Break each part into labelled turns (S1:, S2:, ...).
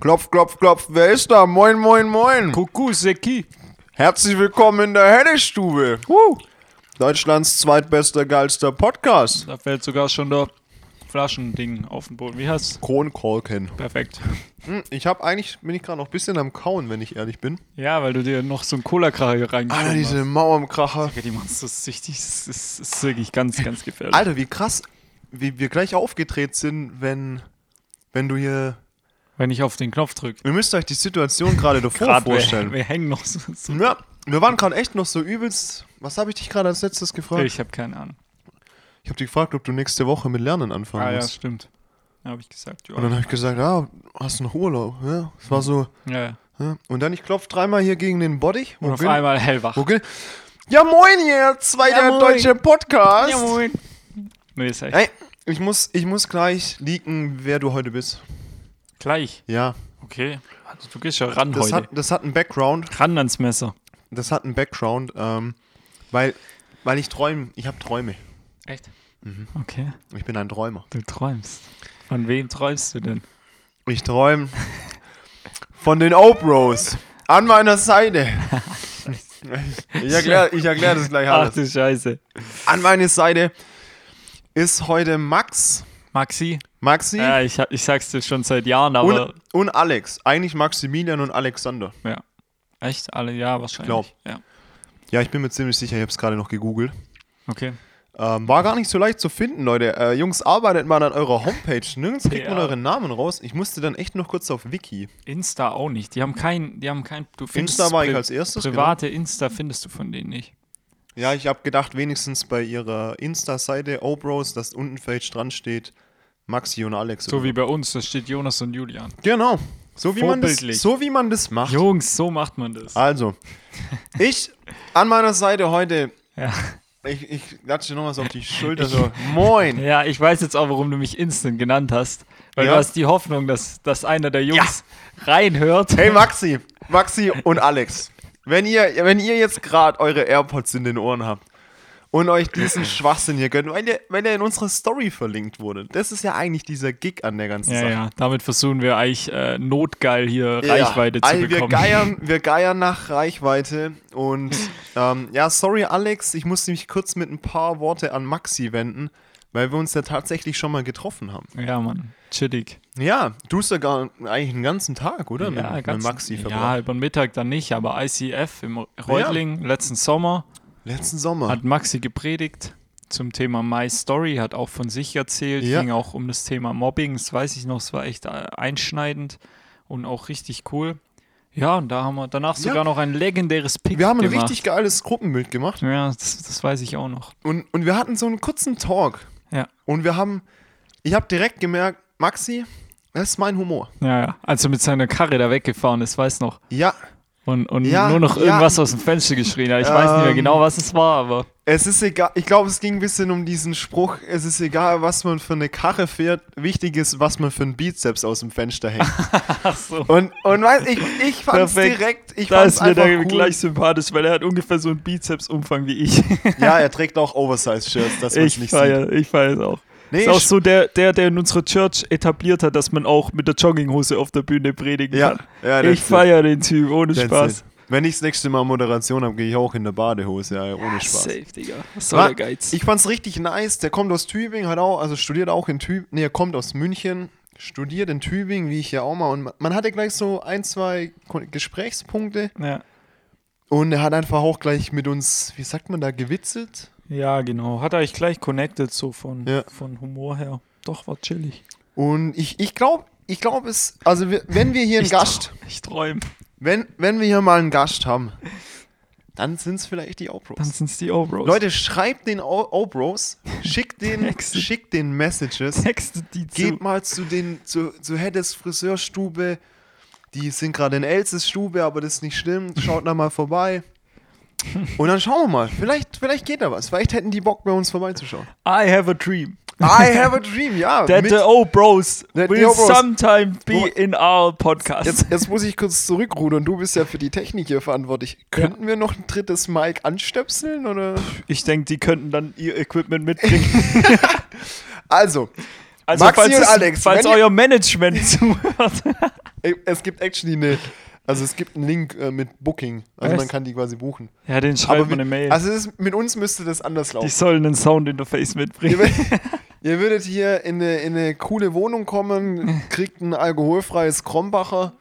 S1: Klopf, klopf, klopf, wer ist da? Moin, moin, moin.
S2: Kuku, Seki.
S1: Herzlich willkommen in der Hennestube. Deutschlands zweitbester, geilster Podcast.
S2: Da fällt sogar schon der Flaschending auf den Boden. Wie heißt
S1: Kronkorken.
S2: Perfekt.
S1: Hm, Ich habe eigentlich, bin ich gerade noch ein bisschen am Kauen, wenn ich ehrlich bin.
S2: Ja, weil du dir noch so einen Cola-Kracher reingeschoben
S1: Alter,
S2: hast.
S1: diese Mauer am Kracher.
S2: Ja, die machst du süchtig. Das ist, das ist wirklich ganz, ganz gefährlich.
S1: Alter, wie krass, wie wir gleich aufgedreht sind, wenn, wenn du hier...
S2: Wenn ich auf den Knopf drücke.
S1: Ihr müsst euch die Situation gerade davor vorstellen.
S2: Wir, wir hängen noch so. so.
S1: Ja, wir waren gerade echt noch so übelst. Was habe ich dich gerade als letztes gefragt? Ich,
S2: Ich habe keine Ahnung.
S1: habe dich gefragt, ob du nächste Woche mit Lernen anfangen
S2: Ah ja,
S1: willst.
S2: stimmt. Habe ich gesagt.
S1: Und
S2: Ja,
S1: dann habe ich gesagt, ah, hast du noch Urlaub? Ja, es war so.
S2: ja. ja.
S1: Ja. Und dann ich klopfe dreimal hier gegen den Body.
S2: Und auf
S1: gehen-
S2: einmal hellwach.
S1: wo gehen- Ja moin hier, zweiter
S2: Ja, moin.
S1: deutscher Podcast.
S2: Nee, ist echt.
S1: Ey, ich muss, ich muss gleich leaken, wer du heute bist.
S2: Gleich.
S1: Ja,
S2: Okay. Also, du gehst ja ran
S1: das
S2: heute.
S1: hat, das hat einen Background.
S2: Ran ans Messer.
S1: Das hat einen Background, ähm, weil, weil ich träume. Ich habe Träume.
S2: Echt? Mhm.
S1: Mhm.
S2: Okay.
S1: Ich bin ein Träumer.
S2: Du träumst. Von wem träumst du denn?
S1: Ich träume von den Obros an meiner Seite. Ich erkläre ich erklär das gleich
S2: Ach
S1: alles.
S2: du Scheiße.
S1: An meiner Seite ist heute Max,
S2: Maxi?
S1: Maxi
S2: Ja, ich, ha- ich sag's dir schon seit Jahren, aber.
S1: und, und Alex. Eigentlich Maximilian und Alexander.
S2: Ja. Echt? Alle? Ja, wahrscheinlich.
S1: Glaub.
S2: Ja.
S1: Ja, ich bin mir ziemlich sicher, ich habe es gerade noch gegoogelt.
S2: Okay.
S1: Ähm, war gar nicht so leicht zu finden, Leute. Äh, Jungs, arbeitet mal an eurer Homepage. Nirgends kriegt man
S2: Ja.
S1: euren Namen raus. Ich musste dann echt noch kurz auf Wiki.
S2: Insta auch nicht. Die haben kein. Die haben kein du findest
S1: Insta war ich
S2: pri-
S1: als erstes, genau.
S2: Private Insta findest du von denen nicht.
S1: Ja, ich habe gedacht, wenigstens bei ihrer Insta-Seite Obros, dass unten vielleicht dran steht Maxi und Alex.
S2: So wie bei uns, da steht Jonas und Julian.
S1: Genau. So wie, man das,
S2: Vorbildlich.
S1: so wie man das macht.
S2: Jungs, so macht man das.
S1: Also, ich an meiner Seite heute.
S2: Ja.
S1: Ich, ich latsche noch was auf die Schulter. So. Moin.
S2: Ja, ich weiß jetzt auch, warum du mich instant genannt hast. Weil
S1: Ja.
S2: du hast die Hoffnung, dass, dass einer der Jungs reinhört.
S1: Hey Maxi, Maxi und Alex. Wenn ihr, wenn ihr jetzt gerade eure AirPods in den Ohren habt und euch diesen Schwachsinn hier gönnt, weil ihr, weil ihr in unserer Story verlinkt wurde, das ist ja eigentlich dieser Gig an der ganzen
S2: Ja,
S1: Sache.
S2: ja, damit versuchen wir eigentlich äh, notgeil hier
S1: Ja,
S2: Reichweite zu
S1: ey, Wir
S2: bekommen.
S1: geiern, wir geiern nach Reichweite und ähm, ja, sorry Alex, ich musste mich kurz mit ein paar Worte an Maxi wenden, weil wir uns ja tatsächlich schon mal getroffen haben.
S2: Ja, Mann, chillig.
S1: Ja, du hast ja gar, eigentlich einen ganzen Tag, oder? mit,
S2: Ja,
S1: mit
S2: ganz,
S1: Maxi
S2: ja,
S1: verbracht.
S2: über den Mittag dann nicht, aber ICF im Reutling letzten Sommer
S1: Letzten Sommer.
S2: hat Maxi gepredigt zum Thema My Story, hat auch von sich erzählt,
S1: Ja.
S2: ging auch um das Thema Mobbing, das weiß ich noch, es war echt äh, einschneidend und auch richtig cool. Ja, und da haben wir danach sogar noch ein legendäres Pick
S1: wir haben ein
S2: gemacht.
S1: richtig geiles Gruppenbild gemacht
S2: Ja, das, das weiß ich auch noch.
S1: und, und wir hatten so einen kurzen Talk.
S2: Ja.
S1: Und wir haben, ich habe direkt gemerkt, Maxi, das ist mein Humor.
S2: Ja, ja. Als er mit seiner Karre da weggefahren ist, weiß noch.
S1: Ja,
S2: Und, und
S1: Ja,
S2: nur noch
S1: ja.
S2: irgendwas aus dem Fenster geschrien hat. Ich weiß nicht mehr
S1: Ähm.
S2: genau, was es war, aber.
S1: Es ist egal, ich glaube, es ging ein bisschen um diesen Spruch, es ist egal, was man für eine Karre fährt, wichtig ist, was man für einen Bizeps aus dem Fenster hängt.
S2: Ach so.
S1: Und, und weiß, ich, ich fand es
S2: Perfekt.
S1: direkt, ich
S2: Da
S1: fand es
S2: ist mir
S1: einfach
S2: dann
S1: cool.
S2: gleich sympathisch, weil er hat ungefähr so einen Bizepsumfang wie ich.
S1: Ja, er trägt auch Oversize-Shirts, dass man es
S2: ich
S1: nicht sieht.
S2: feiere, ich feiere es auch.
S1: Nee,
S2: ist auch
S1: ich-
S2: so der, der, der in unserer Church etabliert hat, dass man auch mit der Jogginghose auf der Bühne predigen
S1: Ja,
S2: kann.
S1: ja, that's
S2: ich
S1: it.
S2: feiere den Typ, ohne
S1: That's
S2: Spaß.
S1: it. Wenn ich das nächste Mal Moderation habe, gehe ich auch in der Badehose, ja, ohne Spaß.
S2: Safe, Digga. Was soll der
S1: Wa-
S2: Geiz?
S1: Ich fand's richtig nice. Der kommt aus Tübingen, hat auch, also studiert auch in Tübingen. Nee, er kommt aus München, studiert in Tübingen, wie ich ja auch mal. Und man- man hatte gleich so ein, zwei Ko- Gesprächspunkte.
S2: ja.
S1: Und er hat einfach auch gleich mit uns, wie sagt man da, gewitzelt.
S2: ja, genau. Hat er euch gleich connected, so von,
S1: Ja.
S2: von Humor her. Doch, war chillig.
S1: Und ich, ich glaube, ich glaube es, also wir- wenn wir hier einen Gast,
S2: Ich träume.
S1: wenn, wenn wir hier mal einen Gast haben, dann sind es vielleicht die
S2: Dann
S1: Obros.
S2: sind es die Overalls.
S1: Leute, schreibt den O- Obros, schickt den,
S2: Texte.
S1: schickt den Messages,
S2: textet die zu.
S1: geht mal zu den, zu, zu Heddes Friseurstube, die sind gerade in Elses Stube, aber das ist nicht schlimm, schaut da mal vorbei. Und dann schauen wir mal, vielleicht, vielleicht geht da was, vielleicht hätten die Bock bei uns vorbeizuschauen.
S2: I have a dream.
S1: I have a dream, ja.
S2: That
S1: mit-
S2: the O Bros
S1: That the
S2: will
S1: O Bros-
S2: sometime be
S1: Moment.
S2: in our podcast.
S1: jetzt, jetzt muss ich kurz zurückrudern. Du bist ja für die Technik hier verantwortlich. Könnten wir noch ein drittes Mic anstöpseln? Oder?
S2: Ich denke, die könnten dann ihr Equipment mitbringen.
S1: Also,
S2: Also
S1: Maxi
S2: falls,
S1: und
S2: es-
S1: Alex,
S2: falls
S1: wenn ihr-
S2: euer Management zuhört.
S1: Ey, Es gibt actually eine, also es gibt einen Link äh, mit Booking. Also
S2: Echt?
S1: man kann die quasi buchen.
S2: Ja, den schreibt
S1: wir-
S2: man eine Mail.
S1: Also es ist, mit uns müsste das anders
S2: die
S1: laufen.
S2: sollen ein Soundinterface
S1: Ihr,
S2: mitbringen.
S1: wür- ihr würdet hier in eine, in eine coole Wohnung kommen, kriegt ein alkoholfreies Krombacher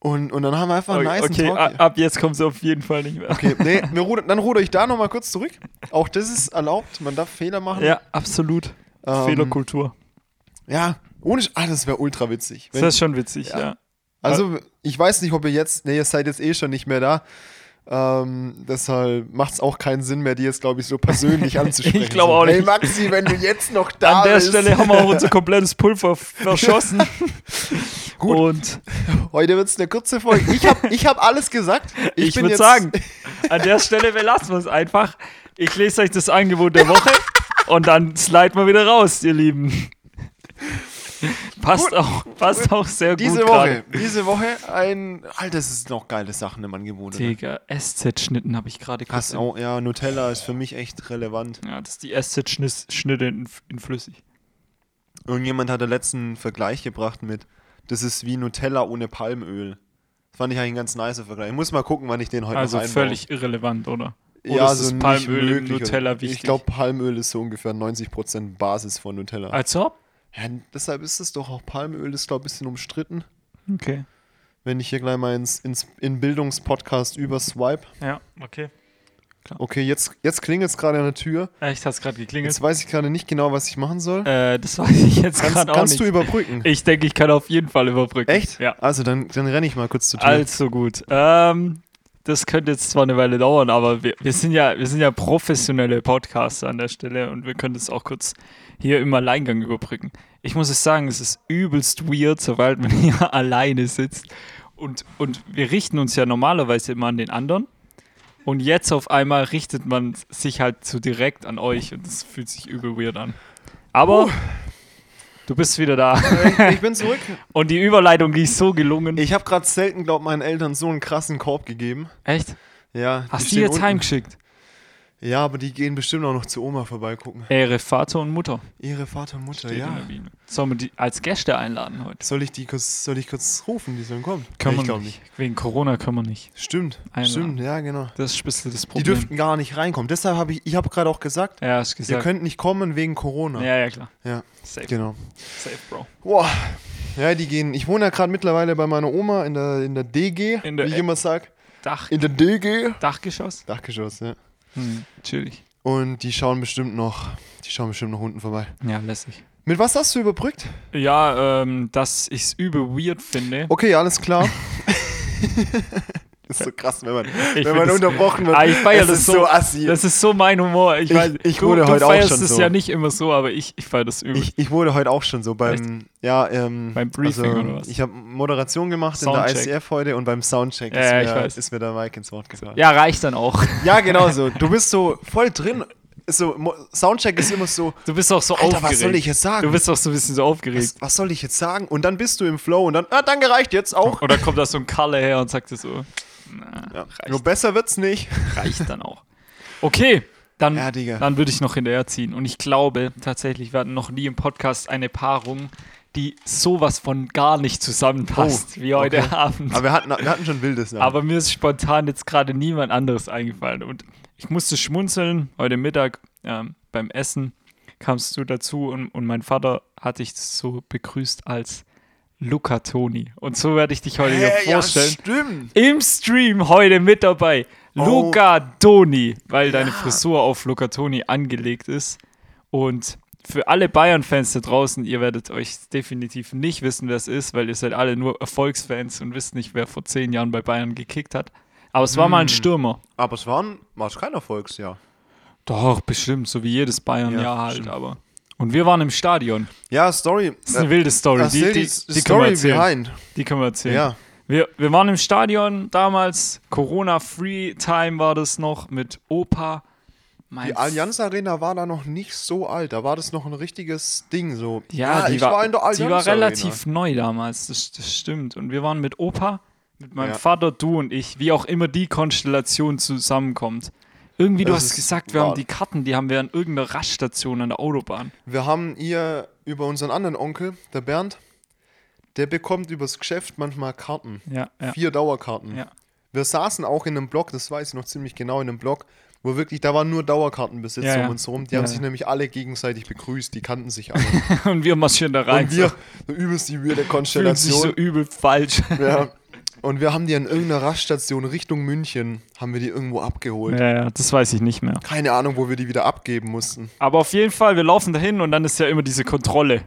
S1: und, und dann haben wir einfach einen Oh, nice
S2: okay,
S1: Talk.
S2: a-
S1: hier.
S2: ab jetzt kommt sie auf jeden Fall nicht mehr.
S1: Okay, nee, wir rudern, dann ruder ich da nochmal kurz zurück. Auch das ist erlaubt, man darf Fehler machen.
S2: Ja, absolut.
S1: Ähm,
S2: Fehlerkultur.
S1: Ja, ohne. Sch- Ah, das wäre ultra witzig.
S2: Ist
S1: Wenn,
S2: das schon witzig, ja.
S1: also, ich weiß nicht, ob ihr jetzt. Nee, ihr seid jetzt eh schon nicht mehr da. Ähm, deshalb macht es auch keinen Sinn mehr, die jetzt, glaube ich, so persönlich anzusprechen.
S2: Ich glaube auch
S1: Hey
S2: nicht.
S1: Maxi, wenn du jetzt noch da
S2: An der
S1: bist.
S2: Stelle haben wir auch unser komplettes Pulver f- verschossen.
S1: Gut.
S2: Und
S1: Heute wird es eine kurze Folge. Ich habe ich hab alles gesagt. Ich,
S2: ich,
S1: bin
S2: würde
S1: jetzt-
S2: sagen, an der Stelle belassen wir es einfach. Ich lese euch das Angebot der Woche und dann sliden wir wieder raus, ihr Lieben. Passt auch, passt auch sehr gut.
S1: Diese
S2: gerade.
S1: Woche, diese Woche ein. Alter, das ist noch geile Sachen im Angebot. ne?
S2: Digga, SZ-Schnitten habe ich gerade
S1: Hast
S2: kurz-
S1: auch, ja, Nutella ist für mich echt relevant.
S2: Ja, das ist die SZ-Schnitte in, in flüssig.
S1: Irgendjemand hat den letzten Vergleich gebracht mit, das ist wie Nutella ohne Palmöl. Das fand ich eigentlich ein ganz nicer Vergleich. Ich muss mal gucken, wann ich den heute
S2: Also
S1: noch einbaue.
S2: völlig irrelevant, oder? Oder
S1: ja,
S2: ist
S1: so
S2: das
S1: nicht
S2: Palmöl in
S1: möglich.
S2: Nutella wichtig?
S1: Ich glaube, Palmöl ist so ungefähr 90% Basis von Nutella.
S2: Als ob?
S1: ja, deshalb ist es doch auch Palmöl, ist glaube ich ein bisschen umstritten.
S2: Okay.
S1: Wenn ich hier gleich mal ins, ins in Bildungspodcast überswipe.
S2: Ja, okay.
S1: Okay, jetzt, jetzt klingelt es gerade an der Tür.
S2: Echt, hat's gerade geklingelt?
S1: Jetzt weiß ich gerade nicht genau, was ich machen soll.
S2: Äh, das weiß ich jetzt
S1: kannst
S2: gerade auch
S1: kannst
S2: nicht.
S1: du überbrücken?
S2: ich denke, ich kann auf jeden Fall überbrücken.
S1: Echt?
S2: Ja.
S1: Also, dann, dann renne ich mal kurz zur Tür.
S2: Also gut. Ähm, das könnte jetzt zwar eine Weile dauern, aber wir, wir, sind ja, wir sind ja professionelle Podcaster an der Stelle und wir können das auch kurz hier im Alleingang überbrücken. Ich muss es sagen, es ist übelst weird, sobald man hier alleine sitzt. Und, und wir richten uns ja normalerweise immer an den anderen. Und jetzt auf einmal richtet man sich halt so direkt an euch und es fühlt sich übel weird an. Aber du bist wieder da.
S1: Äh, ich bin zurück.
S2: Und die Überleitung, die ist so gelungen.
S1: Ich habe gerade selten, glaube meinen Eltern so einen krassen Korb gegeben.
S2: Echt?
S1: Ja, die
S2: Hast du
S1: stehen
S2: die jetzt
S1: unten.
S2: heimgeschickt?
S1: Ja, aber die gehen bestimmt auch noch zu Oma vorbeigucken.
S2: Ehre Vater und Mutter.
S1: Ihre Vater und Mutter,
S2: steht in
S1: ja.
S2: der Bibel. Sollen wir die als Gäste einladen heute?
S1: Soll ich die kurz, soll ich kurz rufen, die sollen kommen? ich glaub
S2: Wegen Corona können wir nicht.
S1: Stimmt,
S2: Einladen.
S1: stimmt, ja, genau.
S2: Das ist ein bisschen das
S1: Die
S2: Problem.
S1: dürften gar nicht reinkommen. Deshalb habe ich, ich habe gerade auch gesagt,
S2: Ja, hast
S1: ihr
S2: gesagt.
S1: könnt nicht kommen wegen Corona.
S2: ja, ja, klar.
S1: Ja,
S2: Safe,
S1: genau.
S2: safe, Bro.
S1: Boah. Ja, die gehen. Ich wohne ja gerade mittlerweile bei meiner Oma in der, in der DG,
S2: In der- E-
S1: wie ich immer sag.
S2: Dach,
S1: In der DG.
S2: Dachgeschoss?
S1: Dachgeschoss, ja.
S2: Hm, chillig.
S1: Und die schauen bestimmt noch, die schauen bestimmt noch unten vorbei.
S2: Ja, lässig.
S1: Mit was hast du überbrückt?
S2: Ja, ähm, dass ich es übel weird finde.
S1: Okay, alles klar. das ist so krass, wenn man, wenn
S2: find
S1: man
S2: das-
S1: unterbrochen wird.
S2: Ah, ich feier
S1: Es
S2: das
S1: ist
S2: so.
S1: so assi.
S2: Das ist so mein Humor. Ich,
S1: Ich-
S2: weiß,
S1: ich
S2: du,
S1: wurde
S2: du
S1: heute auch
S2: feierst
S1: schon
S2: es
S1: so.
S2: ja nicht immer so, aber ich, ich feier das übel.
S1: ich, ich wurde heute auch schon so beim, ja, ähm,
S2: Beim Briefing
S1: also,
S2: oder was?
S1: Ich habe Moderation gemacht in
S2: Soundcheck.
S1: der ICF heute und beim Soundcheck
S2: Ja,
S1: ist,
S2: ja,
S1: mir,
S2: ich weiß.
S1: ist mir der Mike ins Wort gefallen.
S2: ja, reicht dann auch.
S1: Ja, genau so. Du bist so voll drin. Ist So, Mo- Soundcheck ist immer so,
S2: Du bist auch so
S1: Alter, was
S2: aufgeregt.
S1: soll ich jetzt sagen?
S2: Du bist auch so ein bisschen so aufgeregt.
S1: was, was soll ich jetzt sagen? Und dann bist du im Flow und dann, ah, danke, reicht jetzt auch.
S2: Oder kommt da so ein Kalle her und sagt dir so, na,
S1: Ja, nur
S2: Oh, reicht,
S1: besser wird's nicht.
S2: reicht dann auch. Okay, dann,
S1: Ja, Digga.
S2: dann würde ich noch hinterher ziehen. Und ich glaube tatsächlich, wir hatten noch nie im Podcast eine Paarung, die sowas von gar nicht zusammenpasst
S1: Oh,
S2: wie heute
S1: okay.
S2: Abend.
S1: Aber wir hatten, wir hatten schon wildes. Ja.
S2: Aber mir ist spontan jetzt gerade niemand anderes eingefallen. Und ich musste schmunzeln. Heute Mittag ähm, beim Essen kamst du dazu und, und mein Vater hatte ich so begrüßt als Luca Toni. Und so werde ich dich heute
S1: Hä,
S2: hier
S1: ja,
S2: vorstellen.
S1: stimmt.
S2: Im Stream heute mit dabei.
S1: Oh.
S2: Luca Toni, weil deine Frisur auf Luca Toni angelegt ist. Und für alle Bayern-Fans da draußen, ihr werdet euch definitiv nicht wissen, wer es ist, weil ihr seid alle nur Erfolgsfans und wisst nicht, wer vor zehn Jahren bei Bayern gekickt hat. Aber es war mal ein
S1: Hm.
S2: Stürmer.
S1: Aber es war, ein, war kein Erfolgsjahr.
S2: Doch, bestimmt, so wie jedes Bayern-Jahr
S1: Ja,
S2: halt,
S1: stimmt.
S2: aber. Und wir waren im Stadion.
S1: Ja, Story.
S2: Das ist eine wilde Story. Die,
S1: erzähl
S2: die,
S1: die
S2: die können wir
S1: Story
S2: erzählen.
S1: behind.
S2: Die können wir erzählen.
S1: Ja.
S2: Wir, wir waren im Stadion damals, Corona-Free-Time war das noch mit Opa. Mein
S1: Die Allianz Arena war da noch nicht so alt. Da war das noch ein richtiges Ding. So.
S2: ja, die
S1: Ah, ich
S2: war,
S1: war in der Allianz
S2: die war
S1: Arena.
S2: relativ neu damals, das, das stimmt. Und wir waren mit Opa, mit meinem
S1: Ja.
S2: Vater, du und ich, wie auch immer die Konstellation zusammenkommt. Irgendwie, du
S1: Das
S2: hast
S1: ist
S2: gesagt, wir
S1: wahr.
S2: haben die Karten, die haben wir an irgendeiner Raststation an der Autobahn.
S1: Wir haben ihr über unseren anderen Onkel, der Bernd, Der bekommt übers Geschäft manchmal Karten.
S2: Ja, ja.
S1: Vier Dauerkarten.
S2: Ja.
S1: Wir saßen auch in einem Block, das weiß ich noch ziemlich genau, in einem Block, wo wirklich, da waren nur Dauerkartenbesitzer
S2: Ja, ja.
S1: um uns rum. Die
S2: Ja,
S1: haben
S2: ja.
S1: sich nämlich alle gegenseitig begrüßt, die kannten sich alle.
S2: Und wir marschieren da rein.
S1: Und wir,
S2: so,
S1: so übelst die weirde
S2: fühlen sich so
S1: Konstellation.
S2: übel falsch.
S1: ja. Und wir haben die an irgendeiner Raststation Richtung München, haben wir die irgendwo abgeholt.
S2: Ja, ja, das weiß ich nicht mehr.
S1: Keine Ahnung, wo wir die wieder abgeben mussten.
S2: Aber auf jeden Fall, wir laufen dahin und dann ist ja immer diese Kontrolle.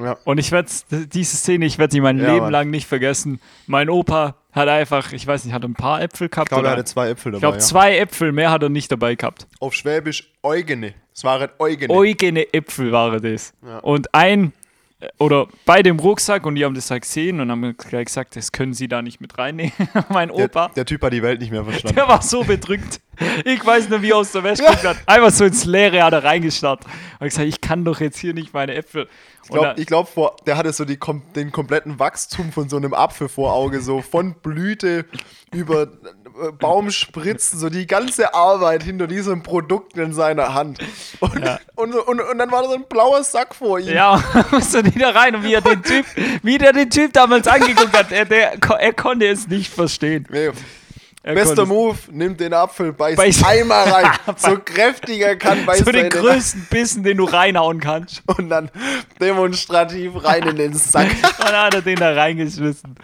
S1: Ja.
S2: Und ich werde diese Szene, ich werde sie mein
S1: Ja,
S2: Leben
S1: Mann.
S2: lang nicht vergessen. Mein Opa hat einfach, ich weiß nicht, hat ein paar Äpfel gehabt.
S1: Ich glaube,
S2: oder-
S1: er hatte zwei Äpfel dabei.
S2: ich glaube,
S1: ja.
S2: zwei Äpfel mehr hat er nicht dabei gehabt.
S1: Auf Schwäbisch Eugene. Es waren Eugene.
S2: Eugene Äpfel waren das. Und ein äh, oder bei dem Rucksack und die haben das halt gesehen und haben gleich gesagt, das können sie da nicht mit reinnehmen. mein
S1: der,
S2: Opa,
S1: der Typ hat die Welt nicht mehr verstanden.
S2: der war so bedrückt. Ich weiß nur, wie er aus der Wäsche geguckt hat. Einfach so ins Leere hat er reingestarrt. Und gesagt, ich kann doch jetzt hier nicht meine Äpfel.
S1: Ich glaube, glaub, vor- der hatte so die, kom den kompletten Wachstum von so einem Apfel vor Auge, so von Blüte über äh, Baumspritzen, so die ganze Arbeit hinter diesem Produkt in seiner Hand. Und, und, so- und, und dann war da so ein blauer Sack vor ihm.
S2: Ja, musst du wieder rein und wie er den Typ, wie der den Typ damals angeguckt hat, er, der, ko- er konnte es nicht verstehen.
S1: Nee.
S2: Er
S1: Bester
S2: konnte
S1: Move, nimmt den Apfel, beißt,
S2: Beißt-
S1: einmal rein, so kräftig er kann,
S2: es-
S1: beißt
S2: So
S1: er
S2: den
S1: in den
S2: größten Bissen, den du reinhauen kannst.
S1: Apfel und dann demonstrativ rein in den Sack.
S2: Und dann hat er den da reingeschmissen.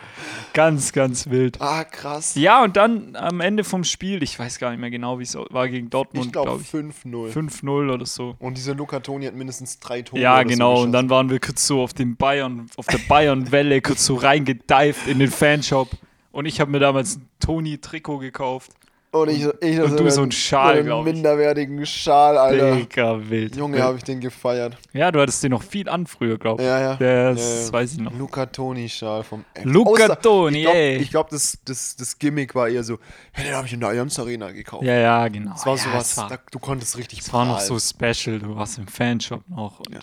S2: Ganz, ganz wild.
S1: Ah, krass.
S2: Ja, und dann am Ende vom Spiel, ich weiß gar nicht mehr genau, wie es war gegen Dortmund,
S1: Ich glaube
S2: glaube ich.
S1: 5-0.
S2: 5-0 oder so.
S1: Und dieser Luca Toni hat mindestens drei Tore.
S2: Ja,
S1: oder so
S2: genau.
S1: geschossen.
S2: Und dann waren wir kurz so auf dem Bayern, auf der Bayern-Welle, kurz so reingedived in den Fanshop. Und ich habe mir damals ein Toni-Trikot gekauft.
S1: Und, ich, ich
S2: und du so ein Schal, glaub ich.
S1: Einen minderwertigen Schal, Alter.
S2: Mega wild.
S1: Junge, habe ich den gefeiert.
S2: Ja, du hattest den noch viel an früher, glaube ich.
S1: Ja, ja.
S2: Das
S1: Ja, ja.
S2: weiß ich noch.
S1: Luca Toni-Schal vom F.
S2: Luca
S1: Außer-
S2: Toni,
S1: ich glaub-
S2: ey.
S1: Ich glaube, das, das, das Gimmick war eher so, hey, den habe ich in der Allianz Arena gekauft.
S2: Ja, ja, genau.
S1: Das Oh war
S2: ja,
S1: sowas,
S2: Es war,
S1: da, du konntest richtig
S2: es war noch
S1: prahlen.
S2: so special. Du warst im Fanshop noch. Und
S1: Ja.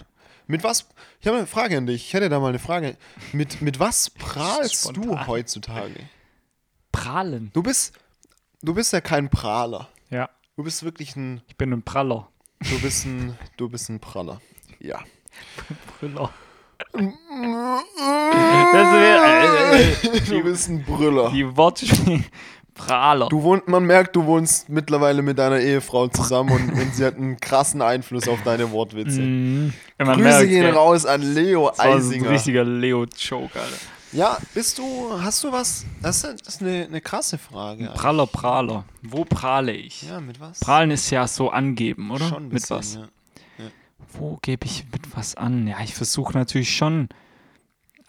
S1: Mit was, ich habe eine Frage an dich, ich hätte da mal eine Frage. Mit, mit was prahlst du
S2: Spontan.
S1: heutzutage?
S2: Prahlen.
S1: Du bist, du bist ja kein Prahler.
S2: Ja,
S1: Du bist wirklich ein,
S2: ich bin ein Praller.
S1: du bist ein, du bist ein Praller. Ja.
S2: Brüller. das wär, äh, äh,
S1: Du bist ein Brüller.
S2: die Wortspiel. Praler.
S1: Du wohnt, man merkt, du wohnst mittlerweile mit deiner Ehefrau zusammen und, und sie hat einen krassen Einfluss auf deine Wortwitze.
S2: Mhm. Man
S1: Grüße
S2: merkt,
S1: gehen
S2: gell,
S1: raus an Leo
S2: Das war so ein
S1: Eisinger.
S2: richtiger Leo-Joke, Alter.
S1: Ja, bist du, hast du was? Das ist, das ist eine, eine krasse Frage. Alter.
S2: Praller, Praler. Wo prahle ich?
S1: Ja, mit was?
S2: Prahlen ist ja so angeben, oder?
S1: Schon ein
S2: Mit
S1: bisschen,
S2: was?
S1: Ja.
S2: wo gebe ich mit was an? Ja, ich versuche natürlich schon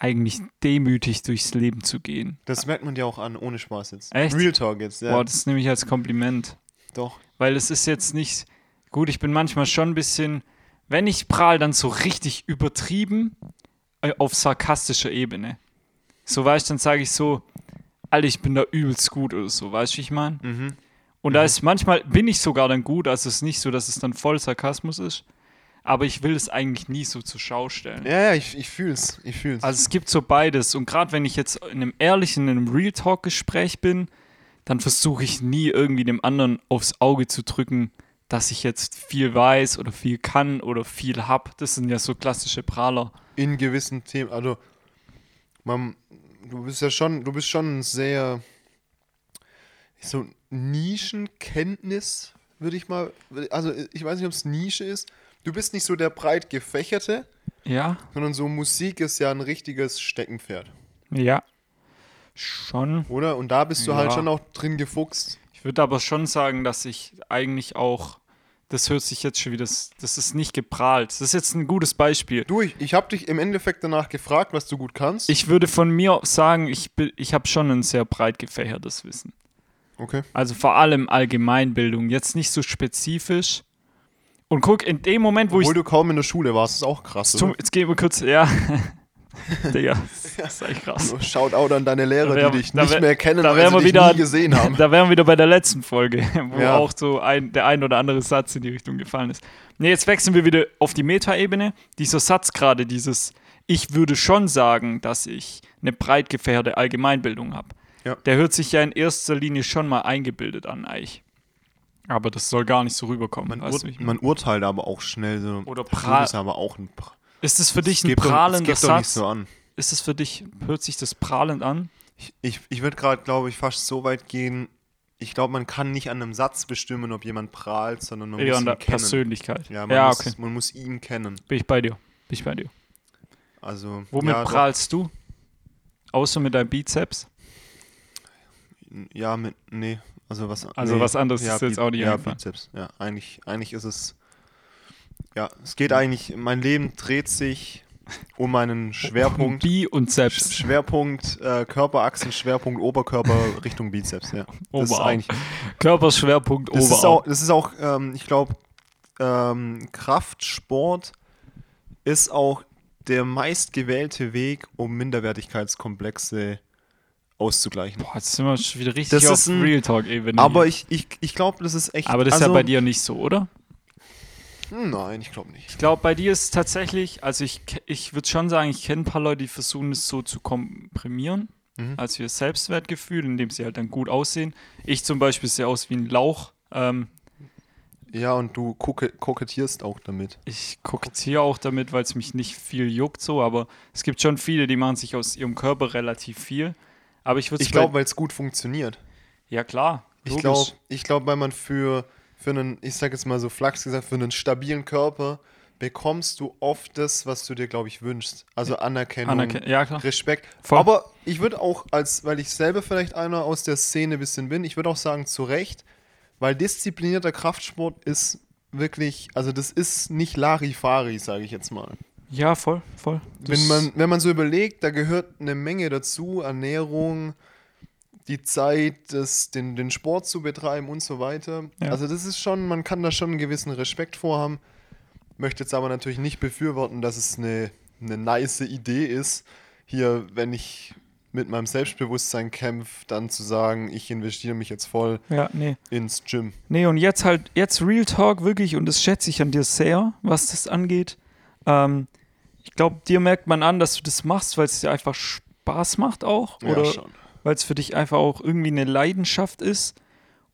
S2: eigentlich demütig durchs Leben zu gehen.
S1: Das merkt man dir auch an, ohne Spaß jetzt.
S2: Echt?
S1: Real Talk jetzt, ja.
S2: Boah, das nehme ich als Kompliment.
S1: Doch.
S2: Weil es ist jetzt nicht gut, ich bin manchmal schon ein bisschen, wenn ich prahl, dann so richtig übertrieben äh, auf sarkastischer Ebene. So weißt du, dann sage ich so, Alter, ich bin da übelst gut oder so, weißt du, wie ich meine? Und da ist manchmal, bin ich sogar dann gut, also es ist nicht so, dass es dann voll Sarkasmus ist, aber ich will es eigentlich nie so zur Schau stellen.
S1: Ja, ja, ich, ich fühl's. Ich fühl's.
S2: Also es gibt so beides. Und gerade wenn ich jetzt in einem ehrlichen, in einem Real Talk-Gespräch bin, dann versuche ich nie irgendwie dem anderen aufs Auge zu drücken, dass ich jetzt viel weiß oder viel kann oder viel hab. Das sind ja so klassische Prahler.
S1: in gewissen Themen. Also, man, du bist ja schon, du bist schon ein sehr so Nischenkenntnis, würde ich mal. Also, ich weiß nicht, ob es Nische ist. Du bist nicht so der breit gefächerte,
S2: Ja,
S1: sondern so Musik ist ja ein richtiges Steckenpferd,
S2: ja. Schon.
S1: oder? Und da bist du
S2: Ja.
S1: halt schon auch drin gefuchst.
S2: Ich würde aber schon sagen, dass ich eigentlich auch, das hört sich jetzt schon wieder, das, das ist nicht geprahlt. Das ist jetzt ein gutes Beispiel.
S1: Du, ich, ich habe dich im Endeffekt danach gefragt, was du gut kannst.
S2: Ich würde von mir sagen, ich, bin- ich habe schon ein sehr breit gefächertes Wissen.
S1: okay.
S2: Also vor allem Allgemeinbildung, jetzt nicht so spezifisch. Und guck, in dem Moment, wo
S1: Obwohl
S2: ich.
S1: du kaum in der Schule warst, ist auch krass.
S2: Zum,
S1: Oder?
S2: jetzt gehen wir kurz. Ja. Digga, das ist echt krass.
S1: Also, Shoutout an deine Lehrer,
S2: wär-
S1: die dich
S2: da
S1: nicht
S2: wär-
S1: mehr kennen,
S2: da
S1: weil
S2: wären
S1: sie
S2: wir
S1: dich
S2: wieder-
S1: nie gesehen haben.
S2: Da wären wir wieder bei der letzten Folge, wo
S1: Ja.
S2: auch so ein, der ein oder andere Satz in die Richtung gefallen ist. Nee, jetzt wechseln wir wieder auf die Metaebene. Dieser Satz gerade, dieses Ich würde schon sagen, dass ich eine breit gefährdete Allgemeinbildung habe.
S1: Ja.
S2: Der hört sich ja in erster Linie schon mal eingebildet an, eigentlich. Aber das soll gar nicht so rüberkommen.
S1: Man,
S2: weißt du,
S1: ur
S2: wie ich
S1: man urteilt aber auch schnell so.
S2: Oder
S1: Du
S2: prahl-
S1: bist aber auch ein. Pra
S2: Ist es für dich
S1: Es
S2: ein
S1: geht doch- es
S2: prahlender
S1: geht doch nicht
S2: Satz?
S1: so an.
S2: ist es für dich, hört sich das prahlend an?
S1: Ich, ich, ich würde gerade, glaube ich, fast so weit gehen. Ich glaube, man kann nicht an einem Satz bestimmen, ob jemand prahlt, sondern man
S2: Eher
S1: muss
S2: an
S1: ihn
S2: der
S1: kennen.
S2: Persönlichkeit.
S1: Ja, man,
S2: ja
S1: muss,
S2: okay.
S1: man muss ihn kennen.
S2: Bin ich bei dir. Bin ich bei dir.
S1: Also,
S2: Womit
S1: ja, doch.
S2: prahlst du? Außer mit deinem Bizeps?
S1: Ja, mit, nee, also was
S2: Also
S1: nee.
S2: was anderes ist jetzt
S1: Bi-
S2: auch nicht
S1: Ja,
S2: eingefallen.
S1: Bizeps, ja, eigentlich, eigentlich ist es, ja, es geht eigentlich, mein Leben dreht sich um meinen Schwerpunkt,
S2: Bi und
S1: Sch-
S2: Selbst.
S1: Schwerpunkt äh, Körperachsen, Schwerpunkt Oberkörper Richtung Bizeps, ja. Das ist
S2: Oberarm.
S1: eigentlich,
S2: Körperschwerpunkt
S1: das
S2: Oberarm.
S1: ist auch, das ist auch ähm, ich glaube, ähm, Kraftsport ist auch der meistgewählte Weg, um Minderwertigkeitskomplexe auszugleichen.
S2: Boah, jetzt sind wir schon wieder richtig
S1: Das
S2: auf
S1: ist ein-
S2: Real Talk-Ebene.
S1: Aber
S2: hier.
S1: ich, ich, ich glaube, das ist echt.
S2: aber das ist
S1: also- Hm,
S2: ja bei dir nicht so, oder?
S1: Nein, ich glaube nicht.
S2: Ich glaube, bei dir ist tatsächlich, also ich, ke- ich würde schon sagen, ich kenne ein paar Leute, die versuchen es so zu komprimieren,
S1: Mhm.
S2: also ihr Selbstwertgefühl, indem sie halt dann gut aussehen. Ich zum Beispiel sehe aus wie ein Lauch. Ähm,
S1: Ja, und du koke kokettierst auch damit.
S2: ich kokettiere auch damit, weil es mich nicht viel juckt so, aber es gibt schon viele, die machen sich aus ihrem Körper relativ viel. Aber ich würde
S1: Ich glaube, weil es gut funktioniert.
S2: ja klar,
S1: Ich
S2: logisch.
S1: glaube, ich glaub, weil man für, für einen, ich sag jetzt mal so flachs gesagt, für einen stabilen Körper bekommst du oft das, was du dir, glaube ich, wünschst. Also Anerkennung,
S2: Anerken- ja, klar.
S1: Respekt.
S2: Voll.
S1: Aber ich würde auch, als weil ich selber vielleicht einer aus der Szene ein bisschen bin, ich würde auch sagen, zu Recht, weil disziplinierter Kraftsport ist wirklich, also das ist nicht Larifari, sage ich jetzt mal.
S2: ja, voll, voll.
S1: wenn man, wenn man so überlegt, da gehört eine Menge dazu, Ernährung, die Zeit, das, den, den Sport zu betreiben und so weiter.
S2: Ja.
S1: Also das ist schon, man kann da schon einen gewissen Respekt vorhaben. Möchte jetzt aber natürlich nicht befürworten, dass es eine, eine nice Idee ist, hier, wenn ich mit meinem Selbstbewusstsein kämpfe, dann zu sagen, ich investiere mich jetzt voll
S2: ja, nee.
S1: ins Gym.
S2: Nee, und jetzt halt, jetzt Real Talk wirklich, und das schätze ich an dir sehr, was das angeht. Ähm, ich glaube, dir merkt man an, dass du das machst, weil es dir einfach Spaß macht auch. Oder weil es für dich einfach auch irgendwie eine Leidenschaft ist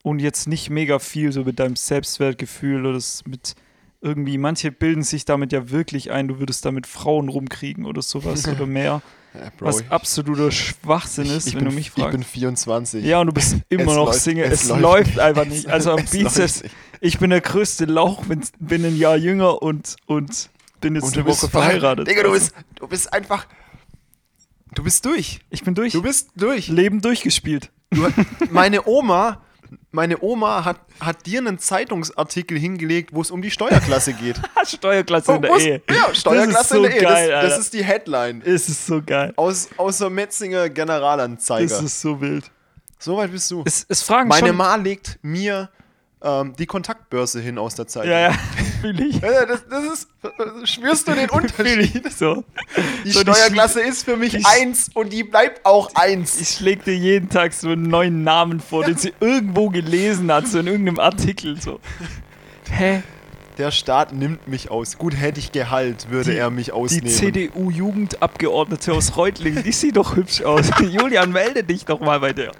S2: und jetzt nicht mega viel so mit deinem Selbstwertgefühl oder das mit irgendwie, manche bilden sich damit ja wirklich ein, du würdest damit Frauen rumkriegen oder sowas oder mehr.
S1: Ja, Bro,
S2: Was absoluter Schwachsinn
S1: ich,
S2: ist,
S1: ich
S2: wenn
S1: bin,
S2: du mich
S1: ich
S2: fragst.
S1: bin 24.
S2: Ja, und du bist immer
S1: Es
S2: noch
S1: läuft-
S2: Single.
S1: es
S2: Es,
S1: läuft
S2: läuft, einfach nicht. Also am
S1: es läuft
S2: Bizeps,
S1: nicht.
S2: ich bin der größte Lauch, bin, bin ein Jahr jünger und, und bin jetzt eine Woche
S1: vor allem-
S2: verheiratet.
S1: Digga, du
S2: Also,
S1: bist, du bist einfach. Du bist durch.
S2: ich bin durch.
S1: Du bist durch.
S2: Leben durchgespielt.
S1: Du, meine Oma, meine Oma hat, hat dir einen Zeitungsartikel hingelegt, wo es um die Steuerklasse geht.
S2: Steuerklasse in der
S1: Wo es-
S2: Ehe.
S1: Ja, Steuerklasse
S2: das ist so
S1: in der Ehe.
S2: Geil,
S1: das,
S2: Alter.
S1: das ist Oh die Headline.
S2: Es ist so geil.
S1: Aus, aus der Metzinger Generalanzeiger.
S2: Das ist so wild.
S1: so weit bist du.
S2: Es, es fragen
S1: Meine
S2: schon...
S1: Ma legt mir ähm, die Kontaktbörse hin aus der Zeitung.
S2: ja, ja, fühl ich.
S1: Ja, Das, das ist, spürst du den
S2: Fühl
S1: Äh, Unterschied?
S2: ich. So.
S1: Die
S2: So, die
S1: Steuerklasse ist für mich
S2: die-
S1: eins und die bleibt auch eins.
S2: Ich schläg dir jeden Tag so einen neuen Namen vor, den sie irgendwo gelesen hat, so in irgendeinem Artikel. So. Hä?
S1: Der Staat nimmt mich aus. Gut, hätte ich Gehalt, würde
S2: Die-
S1: er mich
S2: Die
S1: ausnehmen.
S2: CDU-Jugendabgeordnete aus Reutlingen, die sieht doch hübsch aus. Julian, melde dich doch mal bei der.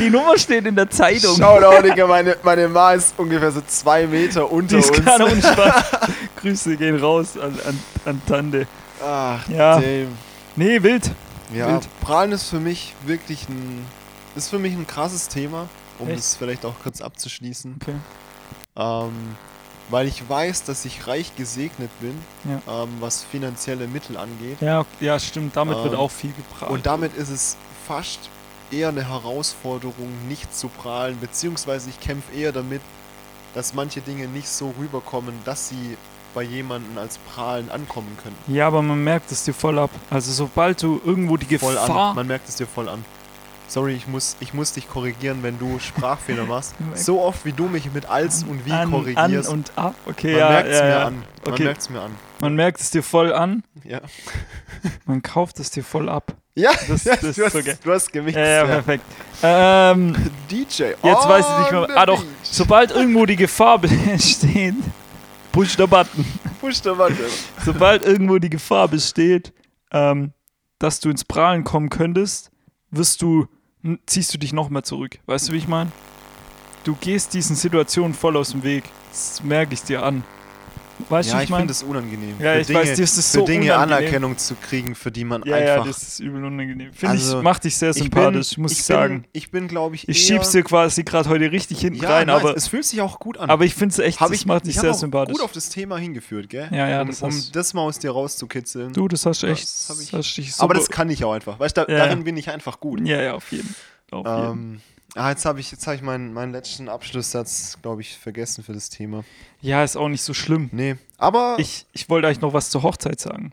S2: Die Nummer steht in der Zeitung.
S1: Shoutout, Digga, meine, meine Ma ist ungefähr so zwei Meter
S2: die
S1: unter
S2: ist
S1: uns.
S2: gerade unspannend. Grüße gehen raus an, an, an Tante.
S1: Ach,
S2: Ja.
S1: damn.
S2: Nee, wild.
S1: Ja,
S2: Wild.
S1: Prahlen ist für mich wirklich ein, ist für mich ein krasses Thema, um
S2: Echt?
S1: das vielleicht auch kurz abzuschließen.
S2: Okay.
S1: Ähm, weil ich weiß, dass ich reich gesegnet bin, ähm, was finanzielle Mittel angeht.
S2: Ja, ja, stimmt. Damit
S1: Ähm,
S2: wird auch viel geprahlt.
S1: Und damit ist es fast eher eine Herausforderung, nicht zu prahlen, beziehungsweise ich kämpfe eher damit, dass manche Dinge nicht so rüberkommen, dass sie bei jemandem als prahlen ankommen können.
S2: Ja, aber man merkt es dir voll ab. Also sobald du irgendwo die
S1: Voll
S2: Gefahr...
S1: an. Man merkt es dir voll an. Sorry, ich muss, ich muss dich korrigieren, wenn du Sprachfehler machst.
S2: Merk-
S1: So oft wie du mich mit als und wie
S2: an, an
S1: korrigierst.
S2: und ab. Okay,
S1: man
S2: ja,
S1: merkt es
S2: ja,
S1: mir
S2: ja.
S1: an. Man
S2: Okay.
S1: merkt es mir an.
S2: Man merkt es dir voll an.
S1: Ja,
S2: Man kauft es dir voll ab.
S1: ja
S2: Das-
S1: ja,
S2: das ist
S1: du, hast,
S2: so geil.
S1: du hast gemixt.
S2: Ja, ja,
S1: ja.
S2: perfekt. Ähm,
S1: DJ.
S2: jetzt weiß ich nicht
S1: on
S2: mehr.
S1: the
S2: Ah doch,
S1: beach.
S2: sobald irgendwo die Gefahr besteht, push the button.
S1: Push the button.
S2: Sobald irgendwo die Gefahr besteht, ähm, dass du ins Prahlen kommen könntest, wirst du, n- ziehst du dich noch mehr zurück. Weißt du, wie ich meine? Du gehst diesen Situationen voll aus dem Weg. Das merke ich dir an. Weißt
S1: ja,
S2: du,
S1: ich
S2: meine?
S1: finde es unangenehm.
S2: Ja,
S1: für
S2: ich
S1: Dinge,
S2: weiß, dir ist es
S1: für
S2: so
S1: Dinge
S2: unangenehm.
S1: Anerkennung zu kriegen, für die man
S2: Ja,
S1: einfach.
S2: ja, das ist übel unangenehm. Finde
S1: Also,
S2: ich, macht dich sehr
S1: Ich bin-
S2: sympathisch, muss ich, sagen.
S1: Bin, ich bin, glaube ich,
S2: ich
S1: eher-
S2: schieb's dir quasi gerade heute richtig hinten
S1: ja,
S2: rein,
S1: nice.
S2: aber,
S1: es fühlt sich auch gut an.
S2: aber ich finde es echt,
S1: Hab
S2: das macht dich
S1: ich hab
S2: sehr
S1: auch
S2: sympathisch.
S1: gut auf das Thema hingeführt, gell?
S2: Ja, ja,
S1: um,
S2: das
S1: um
S2: hast-
S1: das mal aus dir rauszukitzeln.
S2: du, das hast du
S1: Ja,
S2: echt.
S1: das hab ich-
S2: hast dich
S1: aber
S2: super-
S1: das kann ich auch einfach. Weißt du, da,
S2: Ja.
S1: darin bin ich einfach gut.
S2: Ja, ja, auf jeden Auf jeden.
S1: Ähm, ah, jetzt habe ich, jetzt hab ich meinen, meinen letzten Abschlusssatz, glaube ich, vergessen für das Thema.
S2: Ja, ist auch nicht so schlimm.
S1: Nee, aber
S2: Ich, ich wollte eigentlich noch was zur Hochzeit sagen.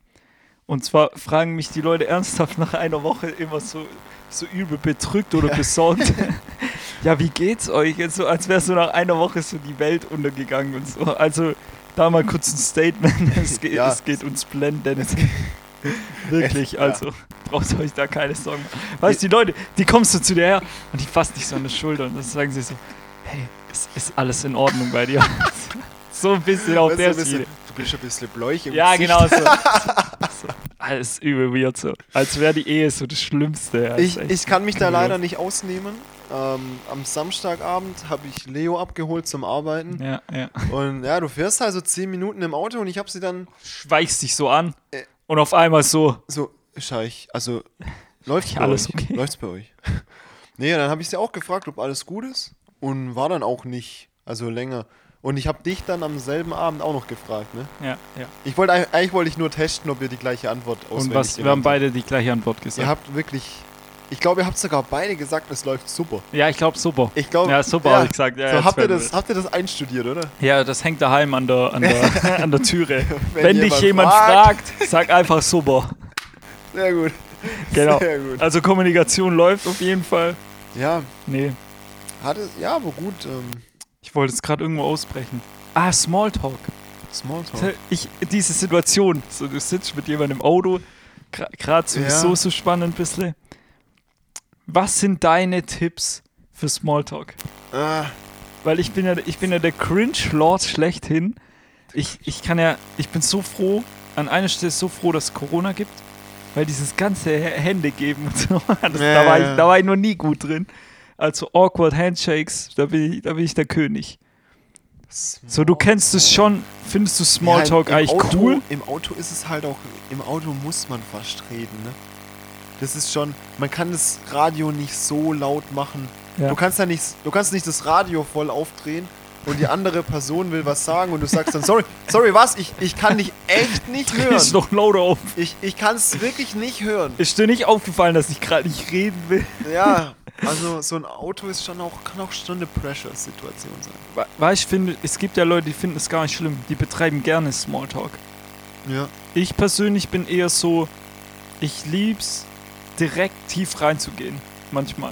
S2: Und zwar fragen mich die Leute ernsthaft nach einer Woche immer so, so übel bedrückt oder besorgt. ja, wie geht's euch? Jetzt so, als wäre so nach einer Woche so die Welt untergegangen und so. Also da mal kurz ein Statement. Es geht,
S1: Ja.
S2: es geht uns blendend. Wirklich,
S1: Ja.
S2: also braucht euch da keine Sorgen. machen. Weißt du, die Leute, die kommst du zu dir her und die fassen dich so an die Schulter und dann sagen sie so, hey, es ist alles in Ordnung bei dir. so ein bisschen auf
S1: weißt du,
S2: der
S1: ein bisschen,
S2: Schiene.
S1: du bist ein bisschen bläuch im
S2: Ja,
S1: Gesicht.
S2: genau so. so. Alles übel weird so. Als wäre die Ehe so das Schlimmste. Ja,
S1: Ich,
S2: ist echt
S1: ich kann mich da
S2: kurios.
S1: leider nicht ausnehmen. Ähm, am Samstagabend habe ich Leo abgeholt zum Arbeiten.
S2: Ja, ja.
S1: Und ja, du fährst also 10 Minuten im Auto und ich habe sie dann
S2: Schweichst dich so an und auf einmal so.
S1: so, Scheich, also läuft's bei
S2: Alles
S1: euch?
S2: okay?
S1: Läuft's bei euch? nee, und dann habe ich sie auch gefragt, ob alles gut ist. Und war dann auch nicht, also länger. Und ich habe dich dann am selben Abend auch noch gefragt, ne?
S2: Ja, ja.
S1: Ich wollte eigentlich eigentlich wollte ich nur testen, ob ihr die gleiche Antwort auswendig
S2: Und was, wir haben
S1: gelernt habt.
S2: beide die gleiche Antwort gesagt.
S1: Ihr habt wirklich, ich glaube, ihr habt sogar beide gesagt, es läuft super.
S2: Ja, ich glaube, super.
S1: Ich glaube,
S2: ja, super, habe ich gesagt. Ja,
S1: so,
S2: jetzt
S1: habt, ihr
S2: werden
S1: das,
S2: wir-
S1: habt ihr das einstudiert, oder?
S2: ja, das hängt daheim an der, an der, an der Türe. Wenn,
S1: Wenn
S2: dich
S1: jemand
S2: jemand fragt,
S1: fragt.
S2: sag einfach super.
S1: Sehr gut.
S2: Genau.
S1: Sehr gut.
S2: Also Kommunikation läuft auf jeden Fall.
S1: Ja,
S2: Nee,
S1: hat es, ja, aber gut. Ähm,
S2: ich wollte es gerade irgendwo ausbrechen. Ah, Smalltalk.
S1: Smalltalk.
S2: Ich, diese Situation, so du sitzt mit jemandem im Auto, gerade sowieso
S1: Ja.
S2: so spannend ein bisschen. Was sind deine Tipps für Smalltalk?
S1: Ah,
S2: Weil ich bin ja, ich bin ja der Cringe-Lord schlechthin. Ich, ich kann ja, ich bin so froh, an einer Stelle so froh, dass es Corona gibt, weil dieses ganze H- Hände geben und so, das, da,
S1: Ja,
S2: war ich,
S1: ja.
S2: da war ich noch nie gut drin. Also awkward Handshakes, da bin ich, da bin ich der König. So, du kennst es schon, findest du Smalltalk
S1: Ja, im- im
S2: eigentlich
S1: Auto,
S2: cool?
S1: Im Auto ist es halt auch, im Auto muss man fast reden, ne? Das ist schon, man kann das Radio nicht so laut machen.
S2: Ja.
S1: Du kannst ja nicht, du kannst nicht das Radio voll aufdrehen und die andere Person will was sagen und du sagst dann, sorry, sorry, was? Ich, ich kann dich echt nicht hören.
S2: Ist noch lauter auf.
S1: Ich, ich kann es wirklich nicht hören.
S2: Ist dir nicht aufgefallen, dass ich gerade nicht reden will?
S1: Ja, also so ein Auto ist schon auch, kann auch schon eine Pressure-Situation sein.
S2: We- Weil ich finde, es gibt ja Leute, die finden es gar nicht schlimm. Die betreiben gerne Smalltalk.
S1: Ja.
S2: Ich persönlich bin eher so, ich lieb's, direkt tief reinzugehen. Manchmal.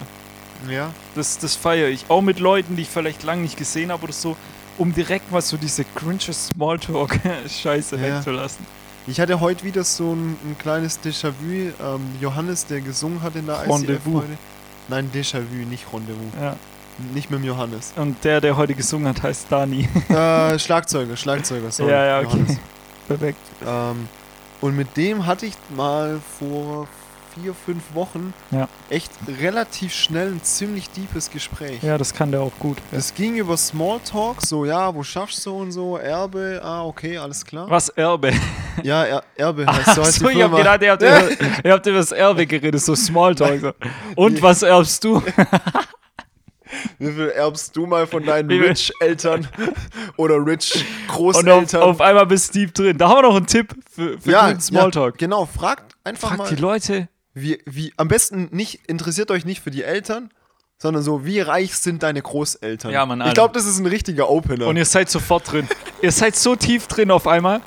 S1: Ja.
S2: Das, das feiere ich. Auch mit Leuten, die ich vielleicht lange nicht gesehen habe oder so, um direkt mal so diese cringe Smalltalk-Scheiße
S1: Ja.
S2: wegzulassen.
S1: Ich hatte heute wieder so ein, ein kleines Déjà-vu. Ähm, Johannes, der gesungen hat in der ICF
S2: Rendezvous.
S1: heute. Nein, Déjà-vu, nicht Rendezvous.
S2: Ja.
S1: Nicht mit dem Johannes.
S2: Und der, der heute gesungen hat, heißt Dani.
S1: äh, Schlagzeuger, Schlagzeuger, sorry.
S2: ja, ja, okay.
S1: Johannes.
S2: Perfekt.
S1: Ähm, und mit dem hatte ich mal vor vier, fünf Wochen
S2: Ja.
S1: echt relativ schnell ein ziemlich deepes Gespräch.
S2: Ja, das kann der auch gut.
S1: Es ging über Smalltalk, so ja, wo schaffst du und so, Erbe, ah, okay, alles klar.
S2: Was Erbe?
S1: Ja, er Erbe heißt so, heißt
S2: Achso,
S1: die
S2: ich hab
S1: Firma.
S2: gedacht, ihr habt, über, ihr habt über das Erbe geredet, so Smalltalk. So. Und was erbst du?
S1: Wie viel erbst du mal von deinen
S2: Wie viel-
S1: Rich-Eltern oder
S2: Und auf,
S1: Rich-Großeltern?
S2: auf einmal bist du deep drin. Da haben wir noch einen Tipp für, für guten Smalltalk.
S1: Ja, genau, fragt einfach
S2: Frag die
S1: mal.
S2: Leute.
S1: Wie, wie, am besten nicht, interessiert euch nicht für die Eltern, sondern so, wie reich sind deine Großeltern?
S2: Ja, Mann,
S1: Ich
S2: Alter.
S1: glaube, das ist ein richtiger Opener.
S2: Und ihr seid sofort drin. ihr seid so tief drin auf einmal.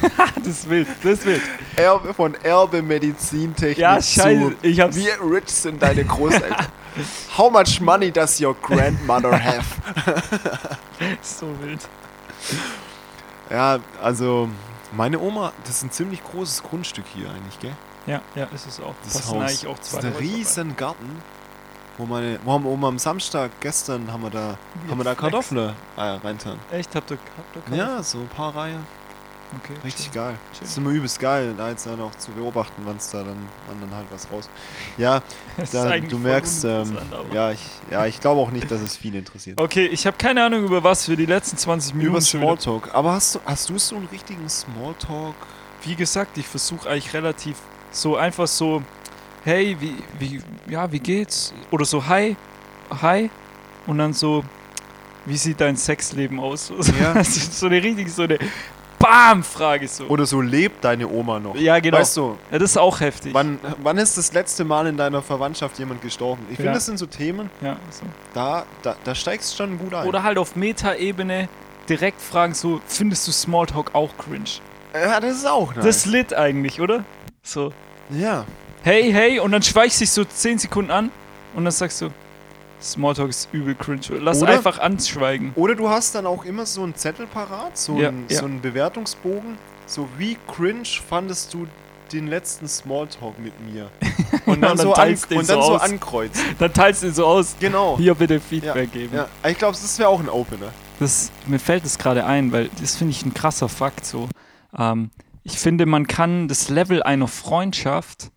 S2: das ist wild, das ist wild.
S1: Erbe von Erbe Medizintechnik.
S2: Ja, scheiße,
S1: zu,
S2: ich hab's-
S1: Wie rich sind deine Großeltern? How much money does your grandmother have?
S2: So wild.
S1: Ja, also meine Oma, das ist ein ziemlich großes Grundstück hier eigentlich, gell?
S2: Ja, ja, ist es auch.
S1: Das
S2: Passen
S1: Haus.
S2: eigentlich auch
S1: das
S2: zwei
S1: ist ein
S2: Häuser rein.
S1: riesen Garten, wo meine, wo haben Oma am Samstag, gestern haben wir da,
S2: Wie
S1: haben wir da
S2: flex.
S1: Kartoffeln äh, reintan.
S2: Echt, habt ihr, habt ihr keine-
S1: Ja, so ein paar Reihen.
S2: Okay.
S1: Richtig geil. Das ist immer übelst geil, da jetzt dann auch zu beobachten, wann es da dann, wann dann halt was raus. Ja,
S2: Das ist
S1: dann,
S2: eigentlich
S1: du
S2: voll
S1: merkst, ähm,
S2: uninteressant, aber-
S1: ja, ich, ja, ich glaube auch nicht, dass es viele interessiert.
S2: Okay, ich habe keine Ahnung, über was wir die letzten 20 Minuten
S1: Über
S2: schon wieder-
S1: Smalltalk. Aber hast du, hast du so einen richtigen Smalltalk?
S2: Wie gesagt, ich versuche eigentlich relativ so einfach so, hey, wie, wie, ja, wie geht's? Oder so, hi, hi. Und dann so, wie sieht dein Sexleben aus?
S1: Ja.
S2: so eine richtig, so eine BAM-Frage so.
S1: Oder so lebt deine Oma noch?
S2: ja, genau.
S1: Weißt du,
S2: ja, das ist auch heftig.
S1: wann, wann ist das letzte Mal in deiner Verwandtschaft jemand gestorben? Ich finde,
S2: Ja.
S1: das sind so Themen,
S2: Ja, so.
S1: da, da, da steigst du schon gut ein.
S2: Oder halt auf Meta-Ebene direkt fragen so, findest du Smalltalk auch cringe?
S1: ja, das ist auch nice.
S2: Das lit eigentlich, oder? So,
S1: ja.
S2: hey, hey, und dann schweichst dich so 10 Sekunden an und dann sagst du, Smalltalk ist übel cringe. Lass
S1: Oder-
S2: einfach anschweigen.
S1: Oder du hast dann auch immer so einen Zettel parat, so,
S2: Ja,
S1: einen,
S2: ja.
S1: so einen Bewertungsbogen. So, wie cringe fandest du den letzten Smalltalk mit mir? Und
S2: Ja,
S1: dann,
S2: und
S1: so,
S2: dann
S1: an,
S2: teilst du ihn
S1: und dann
S2: so
S1: so
S2: aus.
S1: ankreuzen.
S2: Dann teilst du ihn so aus.
S1: Genau.
S2: Hier bitte
S1: Ja,
S2: Feedback geben.
S1: ja. Ich glaube, das wäre auch ein Opener.
S2: Das, mir fällt das gerade ein, weil das finde ich ein krasser Fakt so. Ähm, ich finde, man kann das Level einer Freundschaft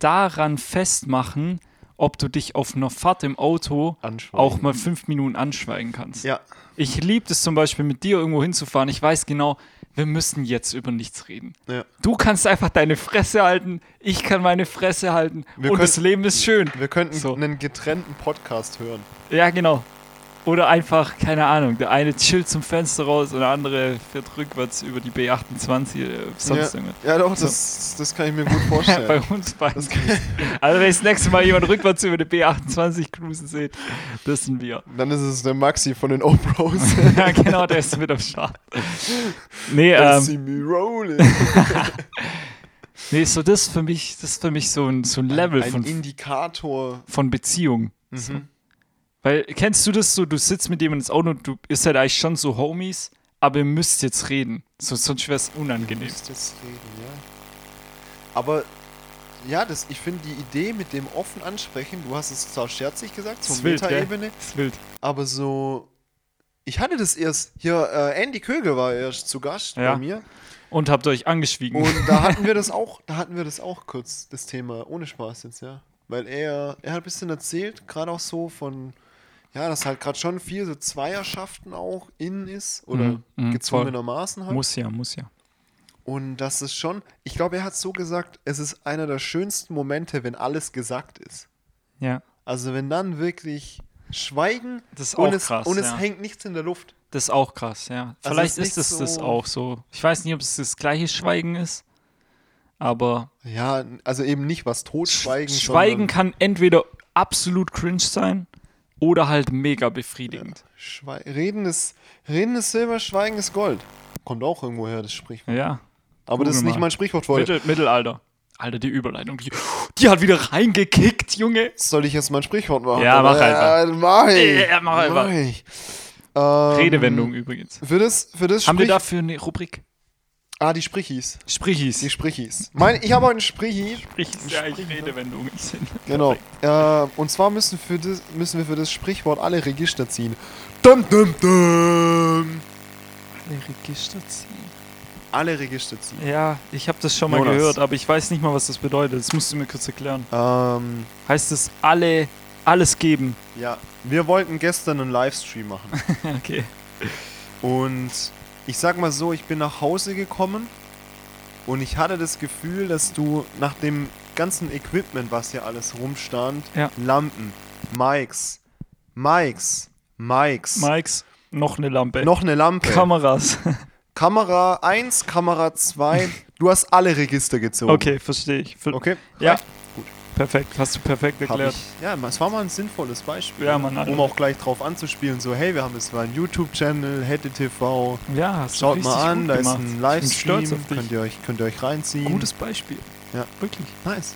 S2: daran festmachen, ob du dich auf einer Fahrt im Auto
S1: Anschweigen.
S2: auch mal fünf Minuten anschweigen kannst.
S1: Ja.
S2: Ich liebe es zum Beispiel, mit dir irgendwo hinzufahren. Ich weiß genau, wir müssen jetzt über nichts reden.
S1: ja.
S2: Du kannst einfach deine Fresse halten, ich kann meine Fresse halten
S1: Wir
S2: und das
S1: können-
S2: Leben ist schön.
S1: Wir könnten
S2: So.
S1: einen getrennten Podcast hören.
S2: Ja, genau. Oder einfach, keine Ahnung, der eine chillt zum Fenster raus und der andere fährt rückwärts über die B28 äh, sonst
S1: ja.
S2: irgendwas.
S1: ja, doch, das, das kann ich mir gut vorstellen.
S2: Bei uns beiden.
S1: Das kann,
S2: Also wenn ich das nächste Mal jemand rückwärts über die B28 cruisen sehe, das sind wir.
S1: dann ist es der Maxi von den Opros.
S2: Ja, genau, der ist mit am Start. Nee,
S1: I
S2: ähm,
S1: see me rolling.
S2: nee so das ist für mich, das ist für mich so ein, so ein Level Mhm.
S1: ein
S2: von,
S1: Indikator.
S2: von Beziehung. So. Weil, kennst du das so, du sitzt mit jemandem ins Auto und du ist halt eigentlich schon so Homies, aber ihr müsst jetzt reden. So, sonst wäre es unangenehm.
S1: Musst jetzt reden, ja. Aber ja, das, ich finde die Idee mit dem offen ansprechen, du hast es zwar scherzig gesagt,
S2: Das
S1: so
S2: ist wild, gell?
S1: Metaebene,
S2: Das ist wild.
S1: aber so. Ich hatte das erst. Hier, äh, Andy Kögel war erst zu Gast
S2: Ja.
S1: bei mir.
S2: Und habt euch angeschwiegen.
S1: Und da hatten wir das auch, da hatten wir das auch kurz, das Thema, ohne Spaß jetzt, ja. Weil er, er hat ein bisschen erzählt, gerade auch so von, ja, dass halt gerade schon viel so Zweierschaften auch innen ist oder
S2: Mhm, mhm, voll.
S1: gezwungenermaßen halt.
S2: muss ja, muss ja.
S1: Und das ist schon, ich glaube, er hat so gesagt, es ist einer der schönsten Momente, wenn alles gesagt ist.
S2: Ja.
S1: Also wenn dann wirklich Schweigen
S2: Das ist
S1: und,
S2: auch
S1: es,
S2: krass,
S1: und es
S2: ja.
S1: hängt nichts in der Luft.
S2: Das ist auch krass, ja.
S1: Also
S2: Vielleicht
S1: ist
S2: ist
S1: nicht
S2: es das
S1: so-
S2: auch so. Ich weiß nicht, ob es das gleiche Schweigen ist, aber
S1: Ja, also eben nicht was
S2: Sch-
S1: totschweigen.
S2: Schweigen
S1: sondern
S2: kann entweder absolut cringe sein oder halt mega befriedigend.
S1: Schwei Reden, ist, Reden ist Silber, Schweigen ist Gold. Kommt auch irgendwo her, das Sprichwort.
S2: Ja.
S1: Aber das ist
S2: Google
S1: nicht
S2: mal.
S1: mein Sprichwort heute.
S2: Mittel, Mittelalter. Alter, die Überleitung. Die, die hat wieder reingekickt, Junge.
S1: Soll ich jetzt mein Sprichwort machen?
S2: Ja, mach
S1: Äh, mach ich.
S2: Ja, mach einfach.
S1: ich. Ähm,
S2: Redewendung übrigens.
S1: Für das, für das
S2: Haben wir
S1: Sprich-
S2: dafür eine Rubrik?
S1: Ah, die Sprichis. Die
S2: Sprichis.
S1: Sprichis. Mein, ich habe heute einen Sprichi.
S2: Sprichis, ja, eigentlich Redewendungen sind.
S1: Genau. Äh, und zwar müssen, für das, müssen wir für das Sprichwort alle Register ziehen. Dum, dum, dum.
S2: Register ziehen.
S1: Alle Register ziehen.
S2: Ja, ich habe das schon mal
S1: Jonas.
S2: gehört, aber ich weiß nicht mal, was das bedeutet. Das musst du mir kurz erklären.
S1: Ähm,
S2: Heißt es alle, alles geben?
S1: ja. Wir wollten gestern einen Livestream machen.
S2: Okay.
S1: Und ich sag mal so, ich bin nach Hause gekommen und ich hatte das Gefühl, dass du nach dem ganzen Equipment, was hier alles rumstand,
S2: Ja.
S1: Lampen, Mics, Mics, Mics,
S2: Mikes, noch eine Lampe.
S1: noch eine Lampe,
S2: Kameras.
S1: Kamera 1, Kamera 2, du hast alle Register gezogen.
S2: Okay, verstehe ich. Ver
S1: Okay?
S2: Ja.
S1: Gut.
S2: Perfekt, hast du perfekt
S1: Hab
S2: erklärt.
S1: ich, ja, es war mal ein sinnvolles Beispiel,
S2: Ja, Mann, Alter.
S1: um auch gleich drauf anzuspielen, so hey, wir haben jetzt mal einen YouTube-Channel, Hette TV,
S2: Ja, hast
S1: Schaut
S2: du richtig
S1: mal an,
S2: gut
S1: da ist
S2: gemacht.
S1: ein
S2: Ich bin stolz
S1: Livestream,
S2: auf dich.
S1: könnt ihr, euch, könnt ihr euch reinziehen.
S2: Gutes Beispiel.
S1: Ja.
S2: Wirklich.
S1: Nice.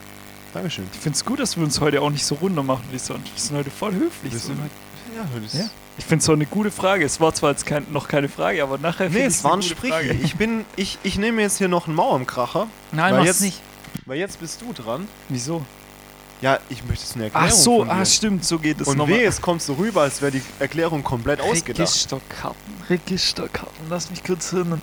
S1: Dankeschön.
S2: Ich finde es gut, dass wir uns heute auch nicht so um runter machen wie sonst. Wir sind heute voll höflich.
S1: Wir
S2: So. ne?
S1: sind Ja, das
S2: Ja. Ich finde es auch eine gute Frage. Es war zwar jetzt kein, noch keine Frage, aber nachher
S1: Nee,
S2: finde ich's
S1: es war ein
S2: gute
S1: Sprich.
S2: Frage.
S1: Ich bin, ich, ich nehme jetzt hier noch einen Mauer im Kracher,
S2: Nein,
S1: Weil
S2: mach's
S1: jetzt-
S2: nicht.
S1: weil jetzt bist du dran.
S2: Wieso?
S1: Ja, ich möchte es eine Erklärung.
S2: Ach so,
S1: von dir.
S2: ah, stimmt, so geht es
S1: Und
S2: nochmal.
S1: weh, es kommt so rüber, als wäre die Erklärung komplett ausgedacht.
S2: Registerkarten, Registerkarten, lass mich kurz hören.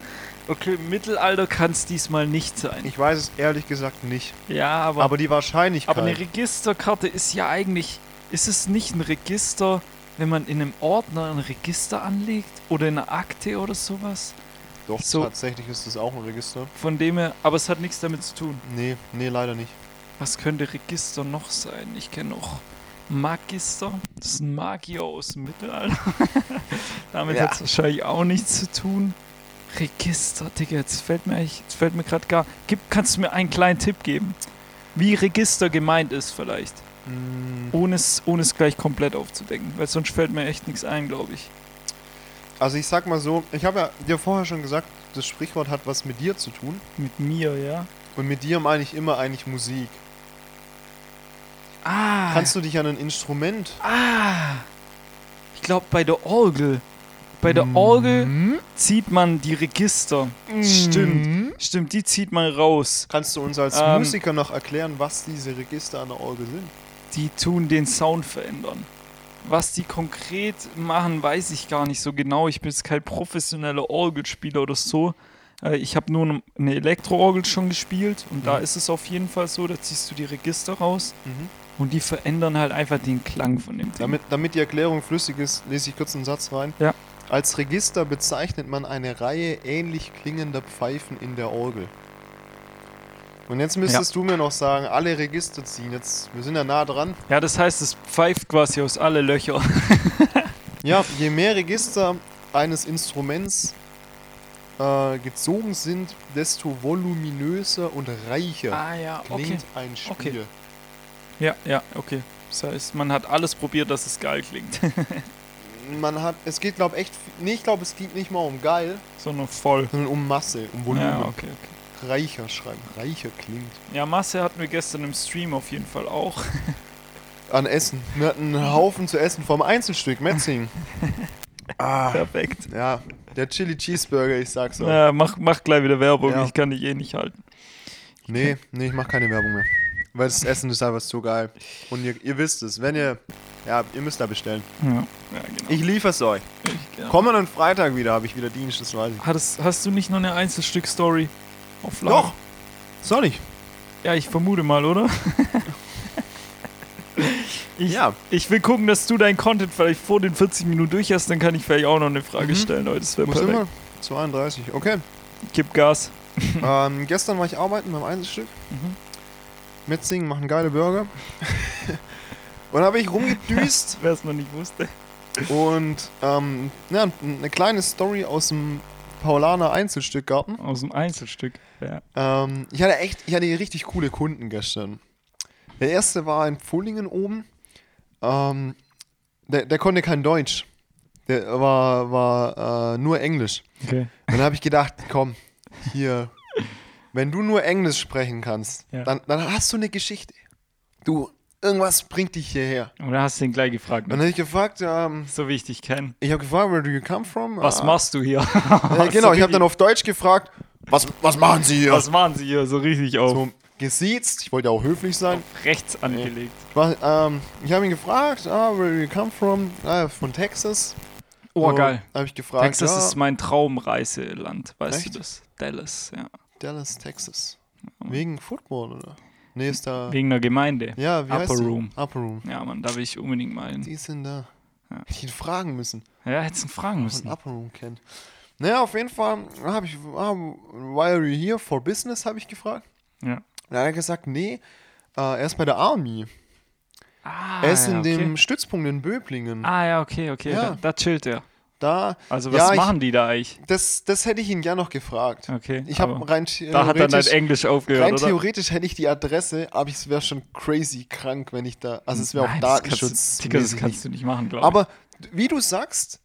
S2: Okay, Mittelalter kann es diesmal nicht sein.
S1: Ich weiß es ehrlich gesagt nicht.
S2: Ja, aber,
S1: Aber die Wahrscheinlichkeit.
S2: aber eine Registerkarte ist ja eigentlich, ist es nicht ein Register, wenn man in einem Ordner ein Register anlegt oder in einer Akte oder sowas?
S1: Doch,
S2: so-
S1: tatsächlich ist das auch ein Register.
S2: Von dem her, aber es hat nichts damit zu tun.
S1: Nee, nee, leider nicht.
S2: Was könnte Register noch sein? Ich kenne noch Magister. Das ist ein Magier aus dem Mittelalter. Damit
S1: Ja.
S2: hat es wahrscheinlich auch nichts zu tun. Register, Digga, jetzt fällt mir, eigentlich- jetzt fällt mir gerade gar. Gib, kannst du mir einen kleinen Tipp geben? Wie Register gemeint ist, vielleicht.
S1: Mm,
S2: Ohne es, ohne es gleich komplett aufzudecken. Weil sonst fällt mir echt nichts ein, glaube ich.
S1: Also ich sag mal so, ich habe ja dir vorher schon gesagt, das Sprichwort hat was mit dir zu tun.
S2: Mit mir, ja?
S1: Und mit dir meine ich immer eigentlich Musik.
S2: Ah!
S1: Kannst du dich an ein Instrument...
S2: ah! Ich glaube, bei der Orgel. Bei der Orgel
S1: Mhm.
S2: zieht man die Register. Stimmt.
S1: Mhm.
S2: Stimmt, die zieht man raus.
S1: Kannst du uns als
S2: Ähm.
S1: Musiker noch erklären, was diese Register an der Orgel sind?
S2: Die tun den Sound verändern. Was die konkret machen, weiß ich gar nicht so genau. Ich bin jetzt kein professioneller Orgelspieler oder so. Äh, Ich habe nur eine Elektroorgel schon gespielt und da
S1: Mhm.
S2: ist es auf jeden Fall so, da ziehst du die Register raus
S1: Mhm.
S2: und die verändern halt einfach den Klang von dem Ding.
S1: Damit, damit die Erklärung flüssig ist, lese ich kurz einen Satz rein.
S2: Ja.
S1: Als Register bezeichnet man eine Reihe ähnlich klingender Pfeifen in der Orgel. Und jetzt müsstest du mir noch sagen, alle Register ziehen. Jetzt, wir sind ja nah dran.
S2: Ja, das heißt, es pfeift quasi aus alle Löcher.
S1: Ja, je mehr Register eines Instruments äh, gezogen sind, desto voluminöser und reicher
S2: Ah ja,
S1: klingt ein Spiel.
S2: Okay. Ja, ja, okay. Das heißt, man hat alles probiert, dass es geil klingt.
S1: Man hat, es geht glaube echt, nee, ich glaube, es geht nicht mal um geil,
S2: Sondern voll.
S1: sondern um Masse, um Volumen.
S2: Ja, okay, okay.
S1: Reicher schreiben, reicher klingt.
S2: Ja, Masse hatten wir gestern im Stream auf jeden Fall auch.
S1: An Essen. Wir hatten einen Haufen zu essen vom Einzelstück, Metzing. ah,
S2: Perfekt.
S1: ja, der Chili Cheeseburger, ich sag's euch.
S2: Ja, mach, mach gleich wieder Werbung,
S1: Ja.
S2: ich kann dich eh nicht halten.
S1: Nee, nee, ich mach keine Werbung mehr. Weil das Essen ist einfach so geil. Und ihr, ihr wisst es, wenn ihr. Ja, ihr müsst da bestellen.
S2: Ja, ja genau.
S1: Ich liefer's euch.
S2: Ich, ja.
S1: Kommenden Freitag wieder habe ich wieder Dienst, das weiß ich.
S2: Hattest, hast du nicht noch eine Einzelstück-Story auf Lager?
S1: Doch! Soll ich?
S2: Ja, ich vermute mal, oder? ich,
S1: Ja.
S2: ich will gucken, dass du deinen Content vielleicht vor den 40 Minuten durch hast, dann kann ich vielleicht auch noch eine Frage
S1: Mhm.
S2: stellen, Leute. Das wäre
S1: Muss
S2: perfekt.
S1: immer? 32, okay.
S2: Gib Gas.
S1: ähm, gestern war ich arbeiten beim Einzelstück.
S2: Mhm.
S1: Metzingen machen geile Burger. Und habe ich rumgedüst
S2: Wer es noch nicht wusste.
S1: Und ähm, ja, eine kleine Story aus dem Paulaner Einzelstückgarten.
S2: Aus dem Einzelstück. Ja.
S1: Ähm, ich hatte echt, ich hatte hier richtig coole Kunden gestern. Der erste war in Pfullingen oben. Ähm, der, der konnte kein Deutsch. Der war, war äh, nur Englisch.
S2: Okay.
S1: Und dann habe ich gedacht, komm, hier, wenn du nur Englisch sprechen kannst,
S2: Ja.
S1: dann, dann hast du eine Geschichte. Du, irgendwas bringt dich hierher.
S2: Und dann hast du ihn gleich gefragt. ne?
S1: Und dann habe ich gefragt, ähm,
S2: So wie ich dich kenne.
S1: ich habe gefragt, where do you come from?
S2: Was
S1: Ah,
S2: machst du Also- hier?
S1: Ja, genau, ich habe dann auf Deutsch gefragt, was, was machen Sie hier?
S2: Was machen sie hier so richtig auf
S1: so gesiezt, ich wollte ja auch höflich sein.
S2: rechts angelegt?
S1: Was, ähm, ich habe ihn gefragt, ah, where do you come from? Ah, von Texas.
S2: Oh,
S1: So,
S2: geil.
S1: Habe ich gefragt,
S2: Texas
S1: ja,
S2: ist mein Traumreiseland, weißt
S1: Echt?
S2: du das? Dallas, ja.
S1: Dallas, Texas. Wegen Football, oder? Nee, ist da...
S2: Wegen der Gemeinde.
S1: ja, wie heißt
S2: Upper
S1: die?
S2: Room.
S1: Upper Room.
S2: Ja, Mann, da will ich unbedingt mal hin.
S1: Die sind da.
S2: Ja. Mhm.
S1: Hätte ich ihn fragen müssen,
S2: Ja, hättest du ihn fragen
S1: was ein
S2: müssen.
S1: Upper Room kennt. Naja, auf jeden Fall habe ich, ah, why are you here for business, habe ich gefragt.
S2: Ja.
S1: Und dann hat er gesagt, nee, äh, er ist bei der Army.
S2: Ah,
S1: Er ist
S2: ja,
S1: in
S2: okay.
S1: dem Stützpunkt in Böblingen.
S2: Ah, ja, okay, okay.
S1: Ja.
S2: Da, da chillt er.
S1: Da,
S2: Also, was
S1: ja,
S2: machen die da eigentlich?
S1: Ich, das, das hätte ich ihn ja noch gefragt.
S2: Okay.
S1: Ich habe
S2: aber
S1: rein
S2: da hat dann dein
S1: theoretisch,
S2: Englisch aufgehört,
S1: rein
S2: oder?
S1: theoretisch hätte ich die Adresse, aber es wäre schon crazy krank, wenn ich da, also es wäre auch
S2: Nein, das kannst du-
S1: Datenschutz.
S2: Digga, das kannst du nicht machen, glaube ich.
S1: Aber wie du sagst,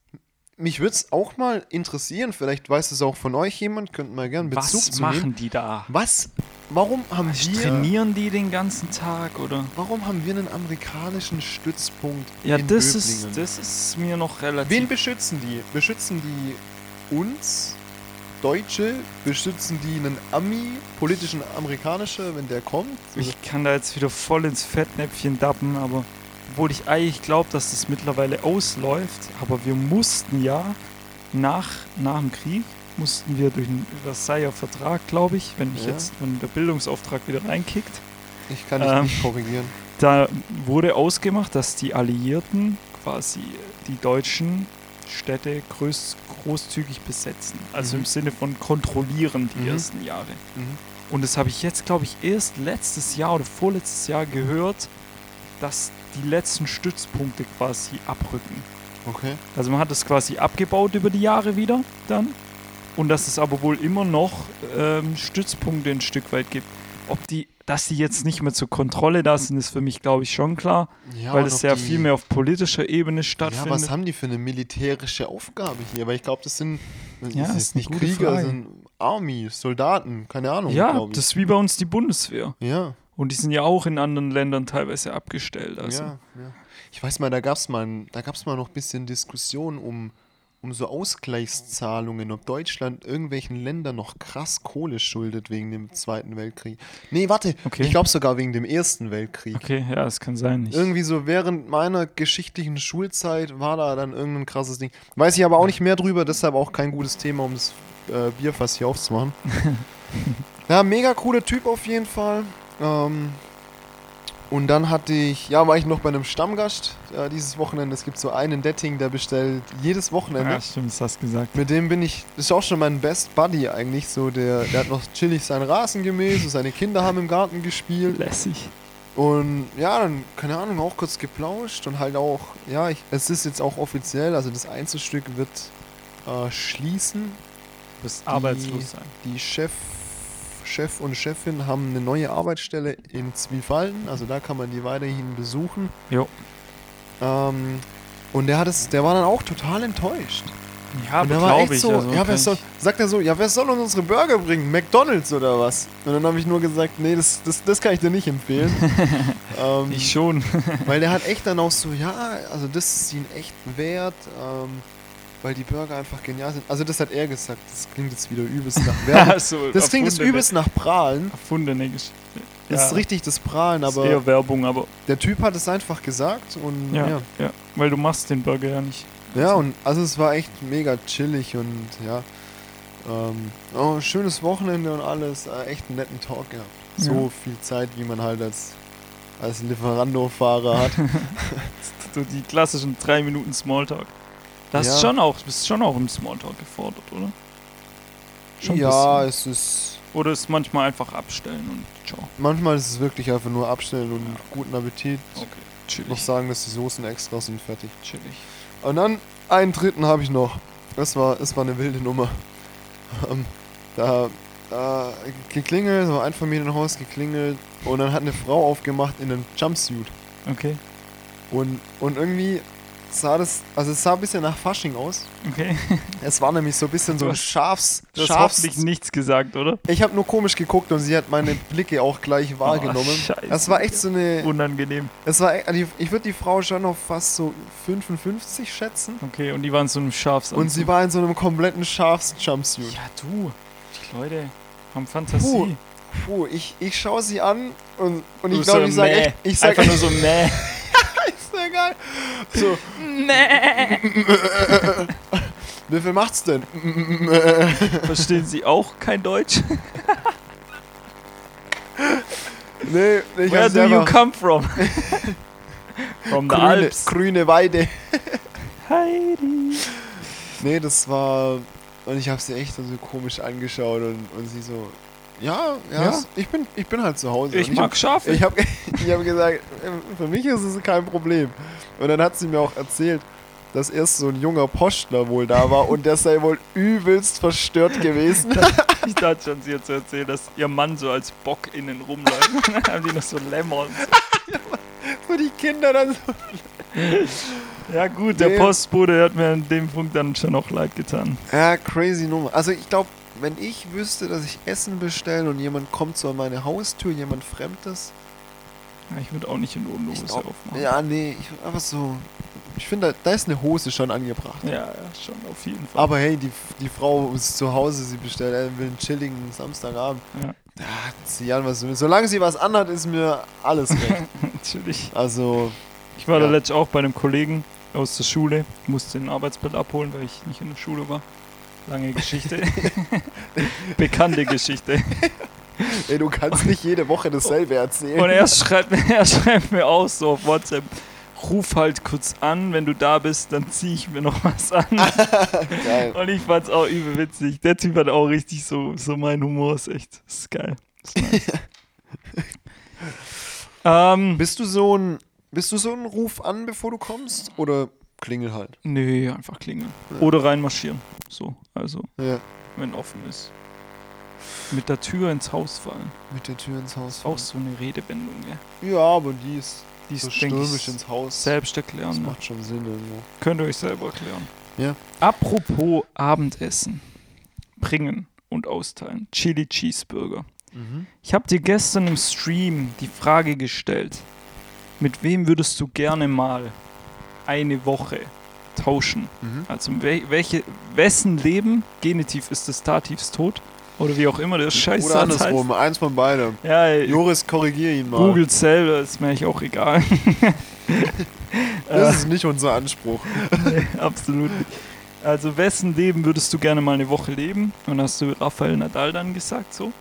S1: mich würde es auch mal interessieren, vielleicht weiß es auch von euch jemand, könnt mal gerne Bezug
S2: was
S1: zu
S2: machen
S1: nehmen.
S2: die da?
S1: Was, warum haben wir,
S2: Trainieren die den ganzen Tag oder?
S1: warum haben wir einen amerikanischen Stützpunkt
S2: Ja,
S1: in
S2: das
S1: Böblingen?
S2: ist, das ist mir noch relativ.
S1: Wen beschützen die? Beschützen die uns? Deutsche beschützen die einen Ami, politischen Amerikanischer, wenn der kommt?
S2: Ich kann da jetzt wieder voll ins Fettnäpfchen dappen, aber obwohl ich eigentlich glaube, dass das mittlerweile ausläuft, aber wir mussten ja nach, nach dem Krieg, mussten wir durch den Versailler Vertrag, glaube ich, wenn mich
S1: Ja.
S2: jetzt wenn der Bildungsauftrag wieder reinkickt,
S1: Ich kann dich
S2: Ähm.
S1: nicht korrigieren.
S2: da wurde ausgemacht, dass die Alliierten quasi die deutschen Städte groß, großzügig besetzen. Also
S1: Mhm.
S2: im Sinne von kontrollieren die
S1: Mhm.
S2: ersten Jahre.
S1: Mhm.
S2: Und das habe ich jetzt, glaube ich, erst letztes Jahr oder vorletztes Jahr gehört, dass die letzten Stützpunkte quasi abrücken.
S1: Okay.
S2: Also man hat das quasi abgebaut über die Jahre wieder dann. Und dass es aber wohl immer noch ähm, Stützpunkte ein Stück weit gibt. Ob die, dass die jetzt nicht mehr zur Kontrolle da sind, ist für mich, glaube ich, schon klar,
S1: Ja,
S2: weil
S1: und
S2: es
S1: ob
S2: ja
S1: die-
S2: viel mehr auf politischer Ebene
S1: Ja, was
S2: stattfindet.
S1: haben die für eine militärische Aufgabe hier? Weil ich glaube, das sind das
S2: Ja,
S1: ist
S2: ist
S1: jetzt
S2: eine
S1: nicht
S2: gute
S1: Krieger,
S2: Frage.
S1: sind Army, Soldaten, keine Ahnung.
S2: ja,
S1: glaub ich.
S2: das ist wie bei uns die Bundeswehr.
S1: ja,
S2: Und die sind ja auch in anderen Ländern teilweise abgestellt. Also.
S1: ja, ja. Ich weiß mal, da gab es mal, ein- da gab's mal noch ein bisschen Diskussion um, um so Ausgleichszahlungen, ob Deutschland irgendwelchen Ländern noch krass Kohle schuldet wegen dem Zweiten Weltkrieg. Nee, warte,
S2: Okay.
S1: ich glaube sogar wegen dem Ersten Weltkrieg.
S2: Okay, ja, es kann sein. Ich,
S1: Irgendwie so während meiner geschichtlichen Schulzeit war da dann irgendein krasses Ding. Weiß ich aber auch nicht mehr drüber, deshalb auch kein gutes Thema, um das äh, Bierfass hier aufzumachen. ja, mega cooler Typ auf jeden Fall. Ähm, und dann hatte ich, ja, war ich noch bei einem Stammgast äh, dieses Wochenende. Es gibt so einen in Detting, der bestellt jedes Wochenende.
S2: ja, stimmt, das hast du gesagt.
S1: Mit dem bin ich, das ist auch schon mein Best Buddy eigentlich. So, der, der hat noch chillig seinen Rasen gemäht, so seine Kinder haben im Garten gespielt.
S2: Lässig.
S1: Und ja, dann, keine Ahnung, auch kurz geplauscht und halt auch, ja, ich, es ist jetzt auch offiziell, also das Einzelstück wird äh, schließen.
S2: Bist
S1: arbeitslos
S2: sein.
S1: Die Chef, Chef und Chefin haben eine neue Arbeitsstelle in Zwiefalten, also da kann man die weiterhin besuchen.
S2: Jo.
S1: Ähm, und der hat es, der war dann auch total enttäuscht.
S2: Ja,
S1: und der
S2: aber
S1: war
S2: glaube ich.
S1: so,
S2: also
S1: ja,
S2: kann
S1: wer
S2: ich-
S1: soll, sagt er so, ja, wer soll uns unsere Burger bringen? McDonalds oder was? Und dann habe ich nur gesagt, nee, das, das, das kann ich dir nicht empfehlen. ähm,
S2: Ich schon.
S1: Weil der hat echt dann auch so, ja, also das ist ihnen echt wert, ähm, weil die Burger einfach genial sind. Also das hat er gesagt. Das klingt jetzt wieder übelst nach Werbung.
S2: so
S1: Das klingt jetzt
S2: erfundene-
S1: übelst nach Prahlen.
S2: Erfundene Geschichte.
S1: Das ist richtig das Prahlen,
S2: ne, Ist
S1: aber
S2: eher Werbung, aber
S1: der Typ hat es einfach gesagt und
S2: ja,
S1: ja.
S2: ja. Weil du machst den Burger ja nicht.
S1: Ja, und also es war echt mega chillig und ja. Ähm, oh, schönes Wochenende und alles. Äh, echt einen netten Talk gehabt. So viel Zeit, wie man halt als, als Lieferando-Fahrer hat.
S2: So die klassischen drei Minuten Smalltalk. Das
S1: Ja.
S2: ist schon auch, bist schon auch im Smalltalk gefordert, oder? Schon ein
S1: ja,
S2: bisschen.
S1: es ist.
S2: Oder ist manchmal einfach abstellen und ciao.
S1: Manchmal ist es wirklich einfach nur abstellen und guten Appetit.
S2: Okay.
S1: Noch
S2: Chillig.
S1: sagen, dass die Soßen extra sind, fertig.
S2: Chillig.
S1: Und dann einen dritten habe ich noch. Das war, das war eine wilde Nummer. Ähm, da, da geklingelt, so ein Familienhaus geklingelt und dann hat eine Frau aufgemacht in einem Jumpsuit.
S2: Okay.
S1: Und, und irgendwie sah das, also es sah ein bisschen nach Fasching aus.
S2: Okay.
S1: Es war nämlich so ein bisschen so
S2: Du
S1: ein
S2: hast-
S1: Schafs...
S2: Du hast
S1: Schafs
S2: hoffentlich nichts gesagt, oder?
S1: ich habe nur komisch geguckt und sie hat meine Blicke auch gleich wahrgenommen.
S2: Oh, Scheiße.
S1: das war echt so eine...
S2: Unangenehm.
S1: Es war, echt- also ich- ich würde die Frau schon auf fast so 55 schätzen.
S2: Okay, und die waren so einem Schafsanzug.
S1: Und sie war in so einem kompletten Schafs-Jumpsuit.
S2: Ja, du. Die Leute haben Fantasie.
S1: Puh, Puh, Uh, ich, ich schaue sie an und, und ich
S2: Du
S1: glaube,
S2: so,
S1: ich sage
S2: "Mäh."
S1: echt, ich sage
S2: Einfach nur so, meh.
S1: ist ja geil. So, wie viel macht's denn?
S2: Verstehen sie auch kein Deutsch?
S1: Nee, ich
S2: Where
S1: hab's
S2: do you
S1: selber.
S2: come from? from the
S1: Grüne,
S2: Alps.
S1: grüne Weide.
S2: Heidi.
S1: Nee, das war. Und ich habe sie echt so komisch angeschaut und, und sie so. Ja, ja,
S2: Ja.
S1: es- Ich, bin, ich bin halt zu Hause.
S2: Ich
S1: Und
S2: mag Schafe.
S1: Ich habe ich hab gesagt, äh, für mich ist es kein Problem. Und dann hat sie mir auch erzählt, dass erst so ein junger Postler wohl da war und der sei wohl übelst verstört gewesen.
S2: Ich dachte schon, sie hat zu erzählen, dass ihr Mann so als Bock innen rumläuft. Dann haben die noch so Lämmer und so.
S1: Für die Kinder dann so.
S2: Ja gut,
S1: Nee.
S2: der Postbote hat mir an dem Punkt dann schon auch leid getan.
S1: Ja, crazy Nummer. Also ich glaube, wenn ich wüsste, dass ich Essen bestelle und jemand kommt so an meine Haustür, jemand Fremdes.
S2: Ja, Ich würde auch nicht in Unlose
S1: glaub-
S2: aufmachen.
S1: Ja, nee, ich einfach so Ich finde, da, da ist eine Hose schon angebracht.
S2: Ja, ja, schon auf jeden Fall.
S1: Aber hey, die, die Frau ist zu Hause, sie bestellt äh, will einen chilligen Samstagabend.
S2: Ja.
S1: Da hat sie an, was sie will. Solange sie was anhat, ist mir alles recht.
S2: Natürlich.
S1: also,
S2: Ich war
S1: Ja.
S2: da letztens auch bei einem Kollegen aus der Schule, musste ein Arbeitsblatt abholen, weil ich nicht in der Schule war. Lange Geschichte. Bekannte Geschichte.
S1: ey, du kannst nicht jede Woche dasselbe erzählen.
S2: Und er schreibt, mir- er schreibt mir auch so auf WhatsApp, ruf halt kurz an, wenn du da bist, dann zieh ich mir noch was an.
S1: Ah. Geil.
S2: Und ich fand's auch übel witzig. Der Typ hat auch richtig so, so mein Humor ist echt, ist geil. Ist nice. ähm,
S1: Bist du so ein. Bist du so ein Ruf an, bevor du kommst? Oder klingel halt?
S2: nee, einfach klingeln. Oder reinmarschieren. So, also.
S1: Ja.
S2: wenn offen ist. Mit der Tür ins Haus fallen.
S1: Mit der Tür ins Haus.
S2: Auch so eine Redewendung, ja.
S1: Ja, aber die ist,
S2: Die
S1: so
S2: ist, denk
S1: stürmisch
S2: ich,
S1: ins Haus.
S2: selbst
S1: Das
S2: erklären. Ne?
S1: macht schon Sinn irgendwo.
S2: Könnt ihr euch selber erklären.
S1: Ja.
S2: Apropos Abendessen. Bringen und austeilen. Chili Cheeseburger. Ich habe dir gestern im Stream die Frage gestellt. Mit wem würdest du gerne mal eine Woche tauschen?
S1: Mhm.
S2: Also wel welche, wessen Leben, Genitiv ist des Dativs tot? Oder wie auch immer der Scheiß halt-
S1: Oder andersrum, eins von beidem.
S2: Ja, ey,
S1: Joris, korrigier ihn mal.
S2: googelt selber, ist mir eigentlich auch egal. äh,
S1: Das ist nicht unser Anspruch.
S2: Absolut. Also wessen Leben würdest du gerne mal eine Woche leben? Und hast du Rafael Nadal dann gesagt so?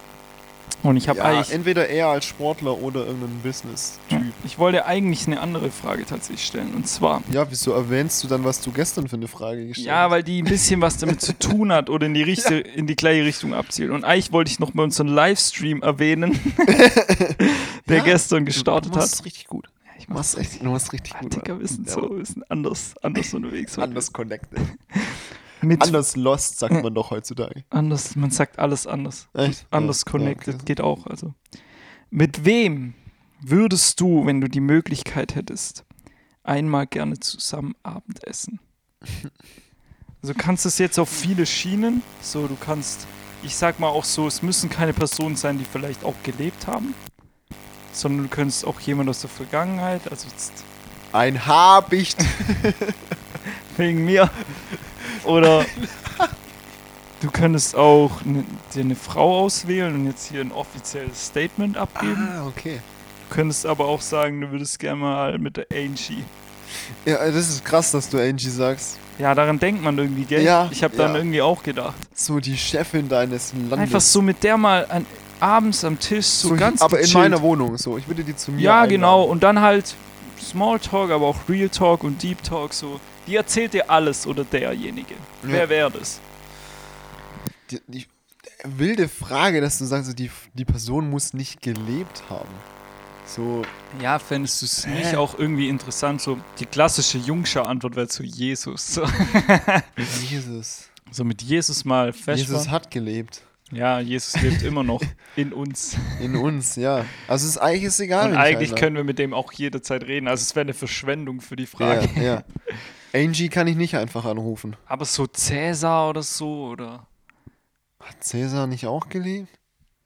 S2: Und ich habe
S1: Ja,
S2: eigentlich,
S1: entweder er als Sportler oder irgendein Business-Typ.
S2: ich wollte eigentlich eine andere Frage tatsächlich stellen. Und zwar,
S1: Ja, wieso erwähnst du dann, was du gestern für eine Frage gestellt
S2: ja,
S1: hast?
S2: weil die ein bisschen was damit zu tun hat oder in die, Richte, in die gleiche Richtung abzielt. Und eigentlich wollte ich noch mal unseren Livestream erwähnen, der
S1: Ja,
S2: gestern gestartet
S1: du
S2: hat.
S1: machst es richtig gut.
S2: Ja, Ich
S1: Du machst echt, du machst richtig
S2: Ah,
S1: gut.
S2: Digga, wir sind
S1: Ja.
S2: so, wir sind anders, anders unterwegs. heute.
S1: Anders connected.
S2: Mit
S1: Anders lost, sagt man doch heutzutage.
S2: Anders, man sagt alles anders.
S1: Echt?
S2: Anders
S1: Ja,
S2: connected
S1: ja, okay.
S2: geht auch. Also. Mit wem würdest du, wenn du die Möglichkeit hättest, einmal gerne zusammen Abendessen? Also kannst es jetzt auf viele Schienen. So, du kannst, ich sag mal auch so, es müssen keine Personen sein, die vielleicht auch gelebt haben, sondern du könntest auch jemand aus der Vergangenheit, also jetzt
S1: Ein Habicht.
S2: wegen mir. Oder du könntest auch ne, dir eine Frau auswählen und jetzt hier ein offizielles Statement abgeben.
S1: ah, okay.
S2: Du könntest aber auch sagen, du würdest gerne mal mit der Angie.
S1: Ja, das ist krass, dass du Angie sagst.
S2: Ja, daran denkt man irgendwie, gell?
S1: Ja,
S2: ich habe dann
S1: ja.
S2: irgendwie auch gedacht.
S1: So die Chefin deines Landes.
S2: Einfach so mit der mal an, abends am Tisch so,
S1: So,
S2: ganz
S1: Aber in
S2: gechillt.
S1: meiner Wohnung, so. Ich würde die zu mir
S2: Ja,
S1: einladen.
S2: genau. Und dann halt Small Talk, aber auch Real Talk und Deep Talk so. Die erzählt dir alles oder derjenige. Wer wäre das?
S1: Die, die wilde Frage, dass du sagst, so, die, die Person muss nicht gelebt haben. So,
S2: Ja, fändest du es
S1: Hä?
S2: nicht auch irgendwie interessant? So die klassische Jungscher Antwort wäre zu Jesus. So,
S1: Jesus.
S2: so mit Jesus mal fest.
S1: Jesus hat gelebt.
S2: ja, Jesus lebt immer noch in uns.
S1: In uns, ja. Also es ist eigentlich ist egal.
S2: Und
S1: wenn ich
S2: eigentlich
S1: einlade.
S2: können wir mit dem auch jederzeit reden. Also es wäre eine Verschwendung für die Frage.
S1: Ja, ja. Angie kann ich nicht einfach anrufen.
S2: Aber so Cäsar oder so oder.
S1: Hat Cäsar nicht auch gelebt?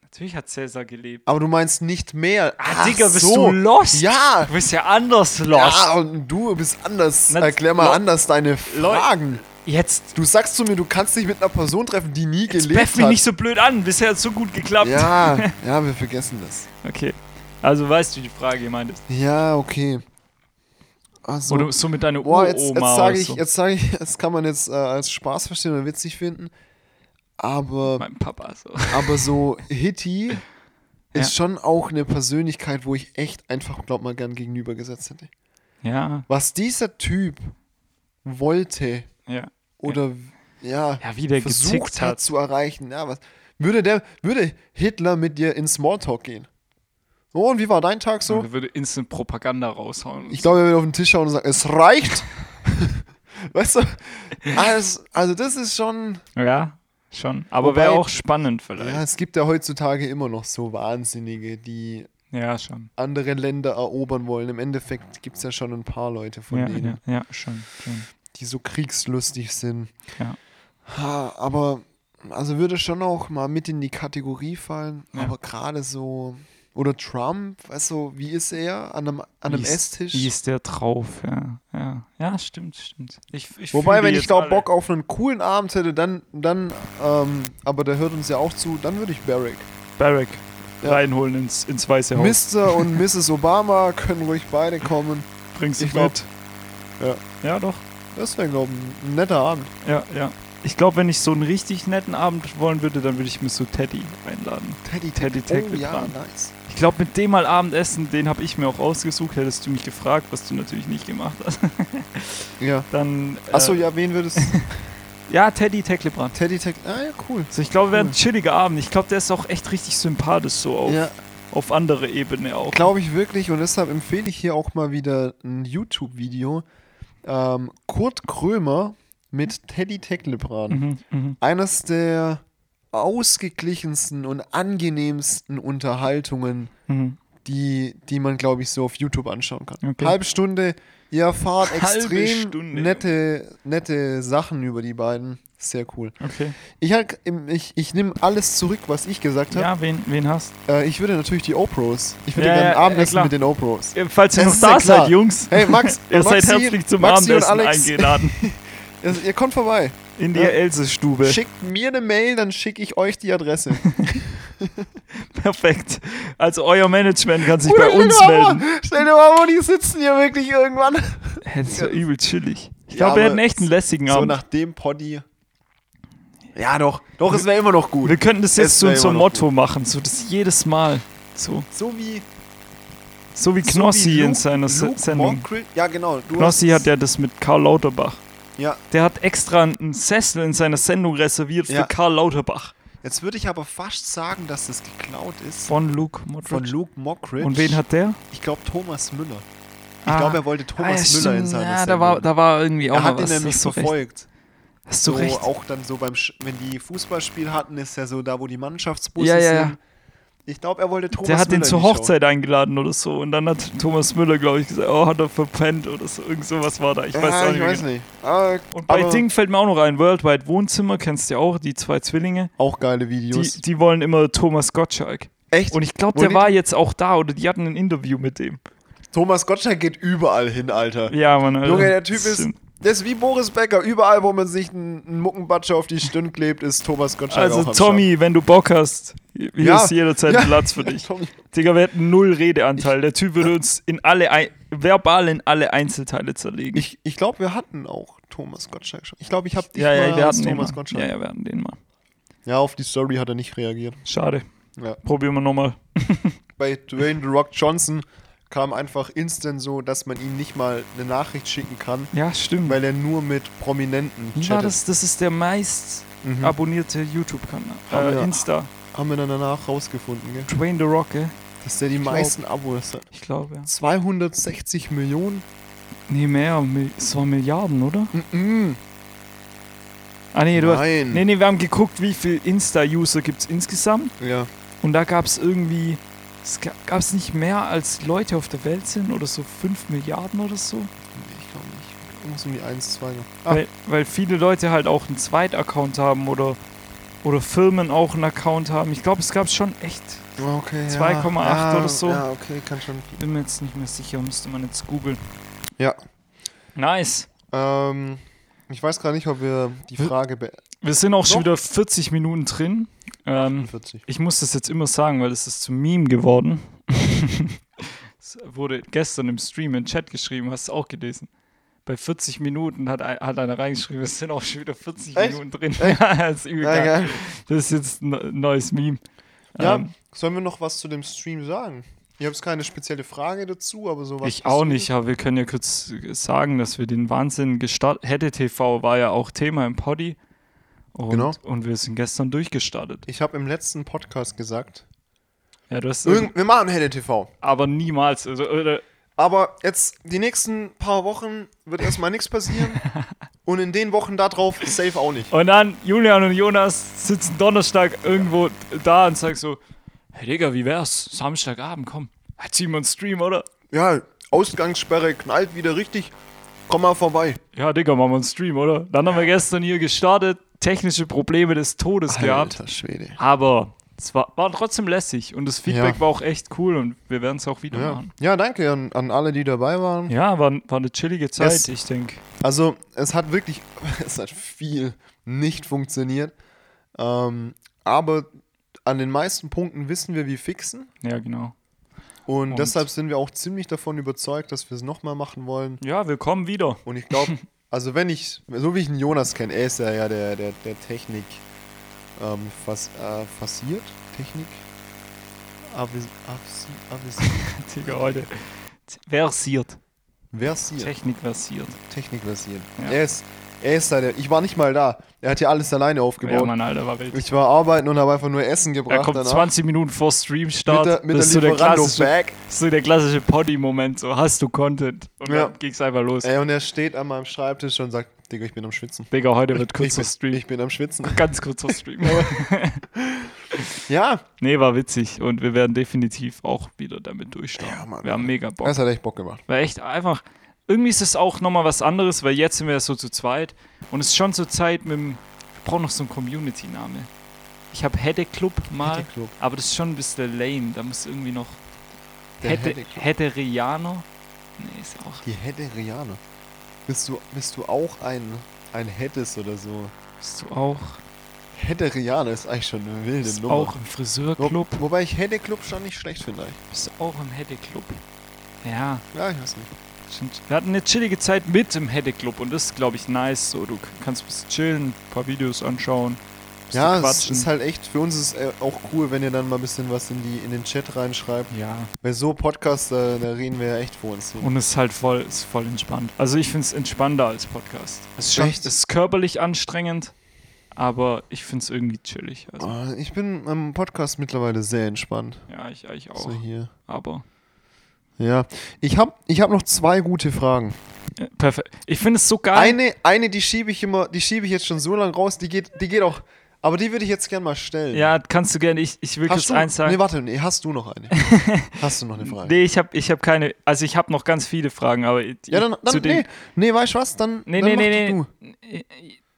S2: Natürlich hat Cäsar gelebt.
S1: Aber du meinst nicht mehr.
S2: Ah, Digga, bist
S1: so.
S2: du lost?
S1: Ja.
S2: Du bist ja anders lost.
S1: Ja, und du bist anders.
S2: Na,
S1: Erklär mal
S2: Lo-
S1: anders deine Fragen.
S2: Jetzt.
S1: Du sagst zu mir, du kannst dich mit einer Person treffen, die nie
S2: Beff
S1: gelebt
S2: mich
S1: hat.
S2: nicht so blöd an. Bisher hat so gut geklappt.
S1: ja, ja, wir vergessen das.
S2: Okay. Also weißt du, wie die Frage gemeint ist.
S1: Ja, okay. Also,
S2: Oder so mit deiner
S1: boah,
S2: Uroma
S1: jetzt, jetzt
S2: oder
S1: sage ich,
S2: so.
S1: jetzt sage ich, das kann man jetzt äh, als Spaß verstehen oder witzig finden. Aber,
S2: Mein Papa so.
S1: aber so Hitty
S2: Ja.
S1: ist schon auch eine Persönlichkeit, wo ich echt einfach, glaub mal, gern gegenübergesetzt hätte.
S2: Ja,
S1: Was dieser Typ wollte
S2: ja.
S1: oder ja,
S2: Ja, wie der
S1: versucht
S2: gezickt
S1: hat
S2: hat.
S1: zu erreichen. Ja, was, würde, der, würde Hitler mit dir in Smalltalk gehen? Oh, und wie war dein Tag so?
S2: Der würde instant Propaganda raushauen.
S1: Ich glaube, er würde auf den Tisch schauen und sagen, es reicht. weißt du? Also, also das ist schon,
S2: ja, schon. Aber
S1: Wobei-
S2: wäre auch spannend
S1: ja,
S2: vielleicht.
S1: es gibt ja heutzutage immer noch so Wahnsinnige, die
S2: Ja, schon.
S1: andere Länder erobern wollen. Im Endeffekt gibt es ja schon ein paar Leute von
S2: Ja,
S1: denen,
S2: ja, ja, schon. schon.
S1: die so kriegslustig sind.
S2: Ja.
S1: Ha, aber, also würde schon auch mal mit in die Kategorie fallen,
S2: Ja.
S1: aber gerade so Oder Trump, weißt du, wie ist er an einem, an einem
S2: Wie ist-
S1: Esstisch?
S2: Wie ist der drauf? Ja, ja. ja stimmt, stimmt. Ich, ich
S1: Wobei,
S2: fühl die
S1: wenn ich
S2: jetzt
S1: da
S2: alle.
S1: Bock auf einen coolen Abend hätte, dann, dann ähm, aber der hört uns ja auch zu, dann würde ich Barrick.
S2: Barrack
S1: Ja.
S2: reinholen ins, ins Weiße Haus.
S1: Mr. und Mrs. Obama können ruhig beide kommen.
S2: Bringst du
S1: ich glaub-
S2: mit.
S1: Ja.
S2: ja, doch.
S1: Das wäre, glaube ich, ein netter Abend.
S2: Ja, ja. Ich glaube, wenn ich so einen richtig netten Abend wollen würde, dann würde ich mir so Teddy einladen.
S1: Teddy
S2: Teddy Tech
S1: Oh
S2: mit
S1: ja,
S2: Plan.
S1: nice.
S2: Ich glaube, mit dem mal Abendessen, den habe ich mir auch ausgesucht. Hättest du mich gefragt, was du natürlich nicht gemacht hast.
S1: Ja.
S2: Dann. Äh,
S1: Achso, ja, wen würdest
S2: Ja, Teddy Tecklebrand.
S1: Teddy Tech. Ah ja, cool.
S2: So, ich glaube, wäre ein
S1: Cool.
S2: chilliger Abend. Ich glaube, der ist auch echt richtig sympathisch, so auf,
S1: Ja,
S2: auf andere Ebene auch.
S1: glaube ich wirklich und deshalb empfehle ich hier auch mal wieder ein YouTube-Video. Ähm, Kurt Krömer mit Teddy Tecklebrand.
S2: Mhm, mhm.
S1: Eines der ausgeglichensten und angenehmsten Unterhaltungen,
S2: Mhm.
S1: die, die man, glaube ich, so auf YouTube anschauen kann.
S2: Okay.
S1: Halbe Stunde, ihr erfahrt
S2: Halbe
S1: extrem
S2: Stunde.
S1: nette, nette Sachen über die beiden. Sehr cool.
S2: Okay.
S1: Ich, halt, ich, ich nehme alles zurück, was ich gesagt habe.
S2: Ja, wen, wen hast
S1: Äh, ich würde natürlich die Opros. Ich würde
S2: Ja,
S1: gerne
S2: ja, ja,
S1: Abendessen
S2: klar.
S1: mit den Opros.
S2: du? Falls ihr
S1: Das
S2: noch
S1: ist
S2: da
S1: ja klar.
S2: seid, Jungs.
S1: Hey, Max,
S2: Ihr
S1: Maxi,
S2: seid herzlich zum
S1: Maxi und
S2: Abendessen
S1: Alex.
S2: eingeladen.
S1: Also, ihr kommt vorbei.
S2: In die
S1: Ja.
S2: Elsestube.
S1: Schickt mir eine Mail, dann schicke ich euch die Adresse.
S2: Perfekt. Also euer Management kann sich
S1: Oder
S2: bei
S1: stell
S2: uns
S1: dir mal vor-
S2: melden.
S1: Stell dir mal vor, die sitzen hier wirklich irgendwann.
S2: Hä, Das ist ja übel chillig. Ich
S1: Ja,
S2: glaube, wir
S1: aber
S2: hätten echt einen lässigen
S1: So
S2: Abend.
S1: nach dem Poddy. Ja, doch. Doch, es wäre immer noch gut.
S2: wir könnten das
S1: Es
S2: jetzt zu
S1: wär
S2: unserem
S1: immer noch
S2: Motto machen, so das jedes Mal. So,
S1: So wie,
S2: so wie Knossi
S1: so wie
S2: in
S1: Luke,
S2: seiner Se-
S1: Luke
S2: Sendung.
S1: Mockridge- Ja, genau. Du
S2: Knossi
S1: hast-
S2: hat ja das mit Karl Lauterbach.
S1: Ja,
S2: Der hat extra einen Sessel in seiner Sendung reserviert
S1: Ja.
S2: für Karl Lauterbach.
S1: jetzt würde ich aber fast sagen, dass das geklaut ist
S2: Von Luke
S1: von
S2: Modric.
S1: Luke Mockridge.
S2: Und wen hat der?
S1: Ich glaube, Thomas Müller. Ich
S2: Ah.
S1: glaube, er wollte Thomas
S2: Ah,
S1: Müller in
S2: stimmt.
S1: seiner
S2: Ja,
S1: Sendung.
S2: da war, da war irgendwie auch
S1: er hat
S2: noch
S1: ihn
S2: was.
S1: nämlich
S2: Hast du recht.
S1: verfolgt.
S2: Hast du
S1: so
S2: recht.
S1: auch dann so beim, Sch- wenn die Fußballspiel hatten, ist ja so da, wo die Mannschaftsbusse
S2: Ja, ja, ja.
S1: sind. Ich glaube, er wollte Thomas
S2: Der hat
S1: Müller
S2: den zur
S1: in die Show.
S2: Hochzeit eingeladen oder so. Und dann hat Thomas Müller, glaube ich, gesagt, oh, hat er verpennt oder so. Irgend sowas war da. Ich
S1: Ja,
S2: weiß auch
S1: ich
S2: nicht. mehr
S1: weiß nicht. Ah,
S2: genau. Und bei
S1: aber
S2: Ding fällt mir auch noch ein, Worldwide Wohnzimmer, kennst du ja auch, die zwei Zwillinge.
S1: auch geile
S2: Die,
S1: Videos.
S2: die wollen immer Thomas Gottschalk.
S1: Echt?
S2: Und ich glaube,
S1: Wollen
S2: der
S1: die-
S2: war jetzt auch da oder die hatten ein Interview mit dem.
S1: Thomas Gottschalk geht überall hin, Alter.
S2: Ja, Mann. Alter.
S1: Junge, der Typ
S2: Das
S1: ist.
S2: stimmt.
S1: Der ist wie Boris Becker. Überall, wo man sich einen einen Muckenbatscher auf die Stirn klebt, ist Thomas Gottschalk
S2: Also,
S1: auch am
S2: Tommy, wenn du Bock hast, hier
S1: Ja.
S2: ist jederzeit
S1: Ja.
S2: Platz für
S1: Start.
S2: dich.
S1: Tommy.
S2: Digga, wir hätten null Redeanteil. Der Typ würde uns in alle, ein- verbal in alle Einzelteile zerlegen.
S1: Ich, ich glaube, wir hatten auch Thomas Gottschalk schon. Ich glaube, ich habe dich
S2: ja,
S1: mal
S2: ja, wir
S1: als
S2: hatten den mal.
S1: Thomas Gottschalk.
S2: Ja, ja, wir hatten den mal.
S1: ja, auf die Story hat er nicht reagiert.
S2: Schade.
S1: Ja.
S2: Probieren wir nochmal.
S1: bei Dwayne The Rock Johnson kam einfach instant so, dass man ihm nicht mal eine Nachricht schicken kann,
S2: Ja, stimmt.
S1: weil er nur mit Prominenten
S2: ja,
S1: chattet.
S2: das, das ist der meist
S1: Mhm.
S2: abonnierte YouTube-Kanal.
S1: Ah,
S2: Äh,
S1: ja.
S2: Insta.
S1: Haben wir dann danach rausgefunden, gell?
S2: Dwayne The Rock, gell?
S1: dass der die
S2: glaub-
S1: meisten Abos hat.
S2: Ich glaube, ja.
S1: 260 Millionen?
S2: Nee, mehr. Mi- Es war Milliarden, oder?
S1: Mhm.
S2: Ah, Mm. nee, du hast.
S1: Nein.
S2: Nee, nee, wir haben geguckt, wie viel Insta-User gibt es insgesamt.
S1: Ja.
S2: Und da gab es irgendwie. Es gab es nicht mehr als Leute auf der Welt sind oder so 5 Milliarden oder so.
S1: Ich glaube nicht. Irgendwas um die 1, 2.
S2: Weil, weil viele Leute halt auch einen Zweit-Account haben oder, oder Firmen auch einen Account haben. Ich glaube, es gab schon echt
S1: Okay.
S2: 2,8
S1: ja,
S2: oder so.
S1: Ja, okay, kann schon.
S2: Bin mir jetzt nicht mehr sicher, müsste man jetzt googeln.
S1: Ja.
S2: Nice.
S1: Ähm, ich weiß gerade nicht, ob wir die
S2: Hm?
S1: Frage be.
S2: Wir sind auch schon
S1: Noch?
S2: wieder 40 Minuten drin. Ähm,
S1: 40.
S2: ich muss das jetzt immer sagen, weil es ist zum Meme geworden. es wurde gestern im Stream im Chat geschrieben, hast du auch gelesen. Bei 40 Minuten hat, ein- hat einer reingeschrieben, es sind auch schon wieder 40
S1: Echt?
S2: Minuten drin. Ja, das, ist übel
S1: Ja,
S2: geil.
S1: geil.
S2: das ist jetzt ein ne- neues Meme.
S1: Ja,
S2: Ähm,
S1: sollen wir noch was zu dem Stream sagen? Ich habe jetzt keine spezielle Frage dazu, aber sowas.
S2: ich auch nicht, aber wir können ja kurz sagen, dass wir den Wahnsinn gestartet. Hätte TV war ja auch Thema im Poddy. Und,
S1: Genau.
S2: und wir sind gestern durchgestartet.
S1: Ich habe im letzten Podcast gesagt,
S2: Ja, du hast
S1: wir machen Helle TV.
S2: aber niemals. Also, oder,
S1: Aber jetzt die nächsten paar Wochen wird erstmal nichts passieren und in den Wochen darauf safe auch nicht.
S2: und dann Julian und Jonas sitzen Donnerstag irgendwo da und sagen so: Hey Digga, wie wär's? Samstagabend, komm. Ja, Ziehen wir einen Stream, oder?
S1: Ja, Ausgangssperre knallt wieder richtig. Komm mal vorbei.
S2: Ja, Digga, machen wir einen Stream, oder? Dann haben wir gestern hier gestartet, technische Probleme des Todes gehabt.
S1: Schwede.
S2: Aber Es war, war trotzdem lässig und das Feedback
S1: Ja.
S2: war auch echt cool und wir werden es auch wieder
S1: Ja,
S2: machen.
S1: ja danke an, an alle, die dabei waren.
S2: Ja, war, war eine chillige Zeit,
S1: Es-
S2: ich denke.
S1: Also, es hat wirklich, es hat viel nicht funktioniert. Ähm, aber an den meisten Punkten wissen wir, wie fixen.
S2: Ja, genau.
S1: Und,
S2: Und-
S1: deshalb sind wir auch ziemlich davon überzeugt, dass wir es nochmal machen wollen.
S2: Ja, wir kommen wieder.
S1: Und ich glaube, also wenn ich, so wie ich einen Jonas kenne, er ist ja, ja der, der, der Technik ähm, fas, äh, fasiert. Technik? Avis, avisi, avisi,
S2: Digga, heute. Versiert.
S1: versiert.
S2: Technik versiert.
S1: Technik versiert.
S2: Ja.
S1: Er ist, er ist da der, ich war nicht mal da. Er hat ja alles alleine
S2: Ja,
S1: aufgebaut.
S2: Mann, Alter, war wild.
S1: Ich war arbeiten und habe einfach nur Essen gebracht.
S2: Er kommt
S1: danach.
S2: 20 Minuten vor Streamstart.
S1: mit der, mit
S2: das
S1: der
S2: ist so der klassische,
S1: Lieferando-Bag.
S2: so der klassische Poddy-Moment. So, hast du Content? Und
S1: Ja. Äh,
S2: dann ging's einfach los.
S1: Ey, und er steht an meinem Schreibtisch und sagt, Digga, ich bin am Schwitzen.
S2: Digga, heute wird
S1: ich,
S2: kurzer
S1: bin,
S2: Stream.
S1: ich bin am Schwitzen.
S2: Ganz kurzer Stream.
S1: Ja,
S2: nee, war witzig. Und wir werden definitiv auch wieder damit durchstarten.
S1: Ja, Mann. Also-
S2: wir haben mega Bock.
S1: das hat echt Bock gemacht.
S2: Weil echt einfach, irgendwie ist es auch nochmal was anderes, weil jetzt sind wir ja so zu zweit. Und es ist schon zur Zeit mit dem, ich brauche noch so einen Community-Name. Ich habe Hedde Club mal,
S1: Hätte Club.
S2: aber das ist schon ein bisschen lame. Da muss irgendwie noch
S1: Der
S2: Hedde,
S1: Hätte Club.
S2: Hedde Riano. Nee, ist auch.
S1: Die Hätte Riane. Bist du, bist du auch ein, ein Hättes oder so?
S2: Bist du auch,
S1: Hätte Riane ist eigentlich schon eine wilde
S2: bist
S1: Nummer.
S2: auch im Friseurclub?
S1: Wo, wobei ich Hätte Club schon nicht schlecht finde. eigentlich.
S2: Bist du auch im Hedde Club? Ja,
S1: Ja, ich weiß nicht.
S2: stimmt. Wir hatten eine chillige Zeit mit im Hedde Club und das ist, glaube ich, nice. So, du kannst ein bisschen chillen, ein paar Videos anschauen. ein bisschen
S1: Ja, es
S2: quatschen.
S1: ist halt echt, für uns ist es äh, auch cool, wenn ihr dann mal ein bisschen was in, die, in den Chat reinschreibt.
S2: Ja.
S1: Weil so Podcasts, äh, da reden wir ja echt vor uns hin.
S2: Und es ist halt voll, ist voll entspannt. Also ich finde es entspannter als Podcast. Es ist, schon, es
S1: Echt?
S2: ist körperlich anstrengend, aber ich finde es irgendwie chillig. Also,
S1: Ah, Ich bin am Podcast mittlerweile sehr entspannt.
S2: ja, ich, ich auch.
S1: So hier.
S2: Aber
S1: Ja. Ich habe ich hab noch zwei gute Fragen.
S2: äh, perfekt. Ich finde es so geil.
S1: Eine, eine die schiebe ich immer, die schiebe ich jetzt schon so lange raus, die geht, die geht auch. Aber die würde ich jetzt gerne mal stellen.
S2: ja, kannst du gerne. Ich, ich will
S1: hast
S2: kurz
S1: du,
S2: eins
S1: Nee,
S2: sagen.
S1: warte, nee, hast du noch eine? hast du noch eine Frage?
S2: Nee, ich habe ich hab keine. Also ich habe noch ganz viele Fragen, aber ich-
S1: ja, dann,
S2: zu
S1: dann
S2: dem,
S1: nee, nee, weißt du was? Dann,
S2: Nee,
S1: dann
S2: nee,
S1: mach
S2: nee,
S1: doch
S2: nee.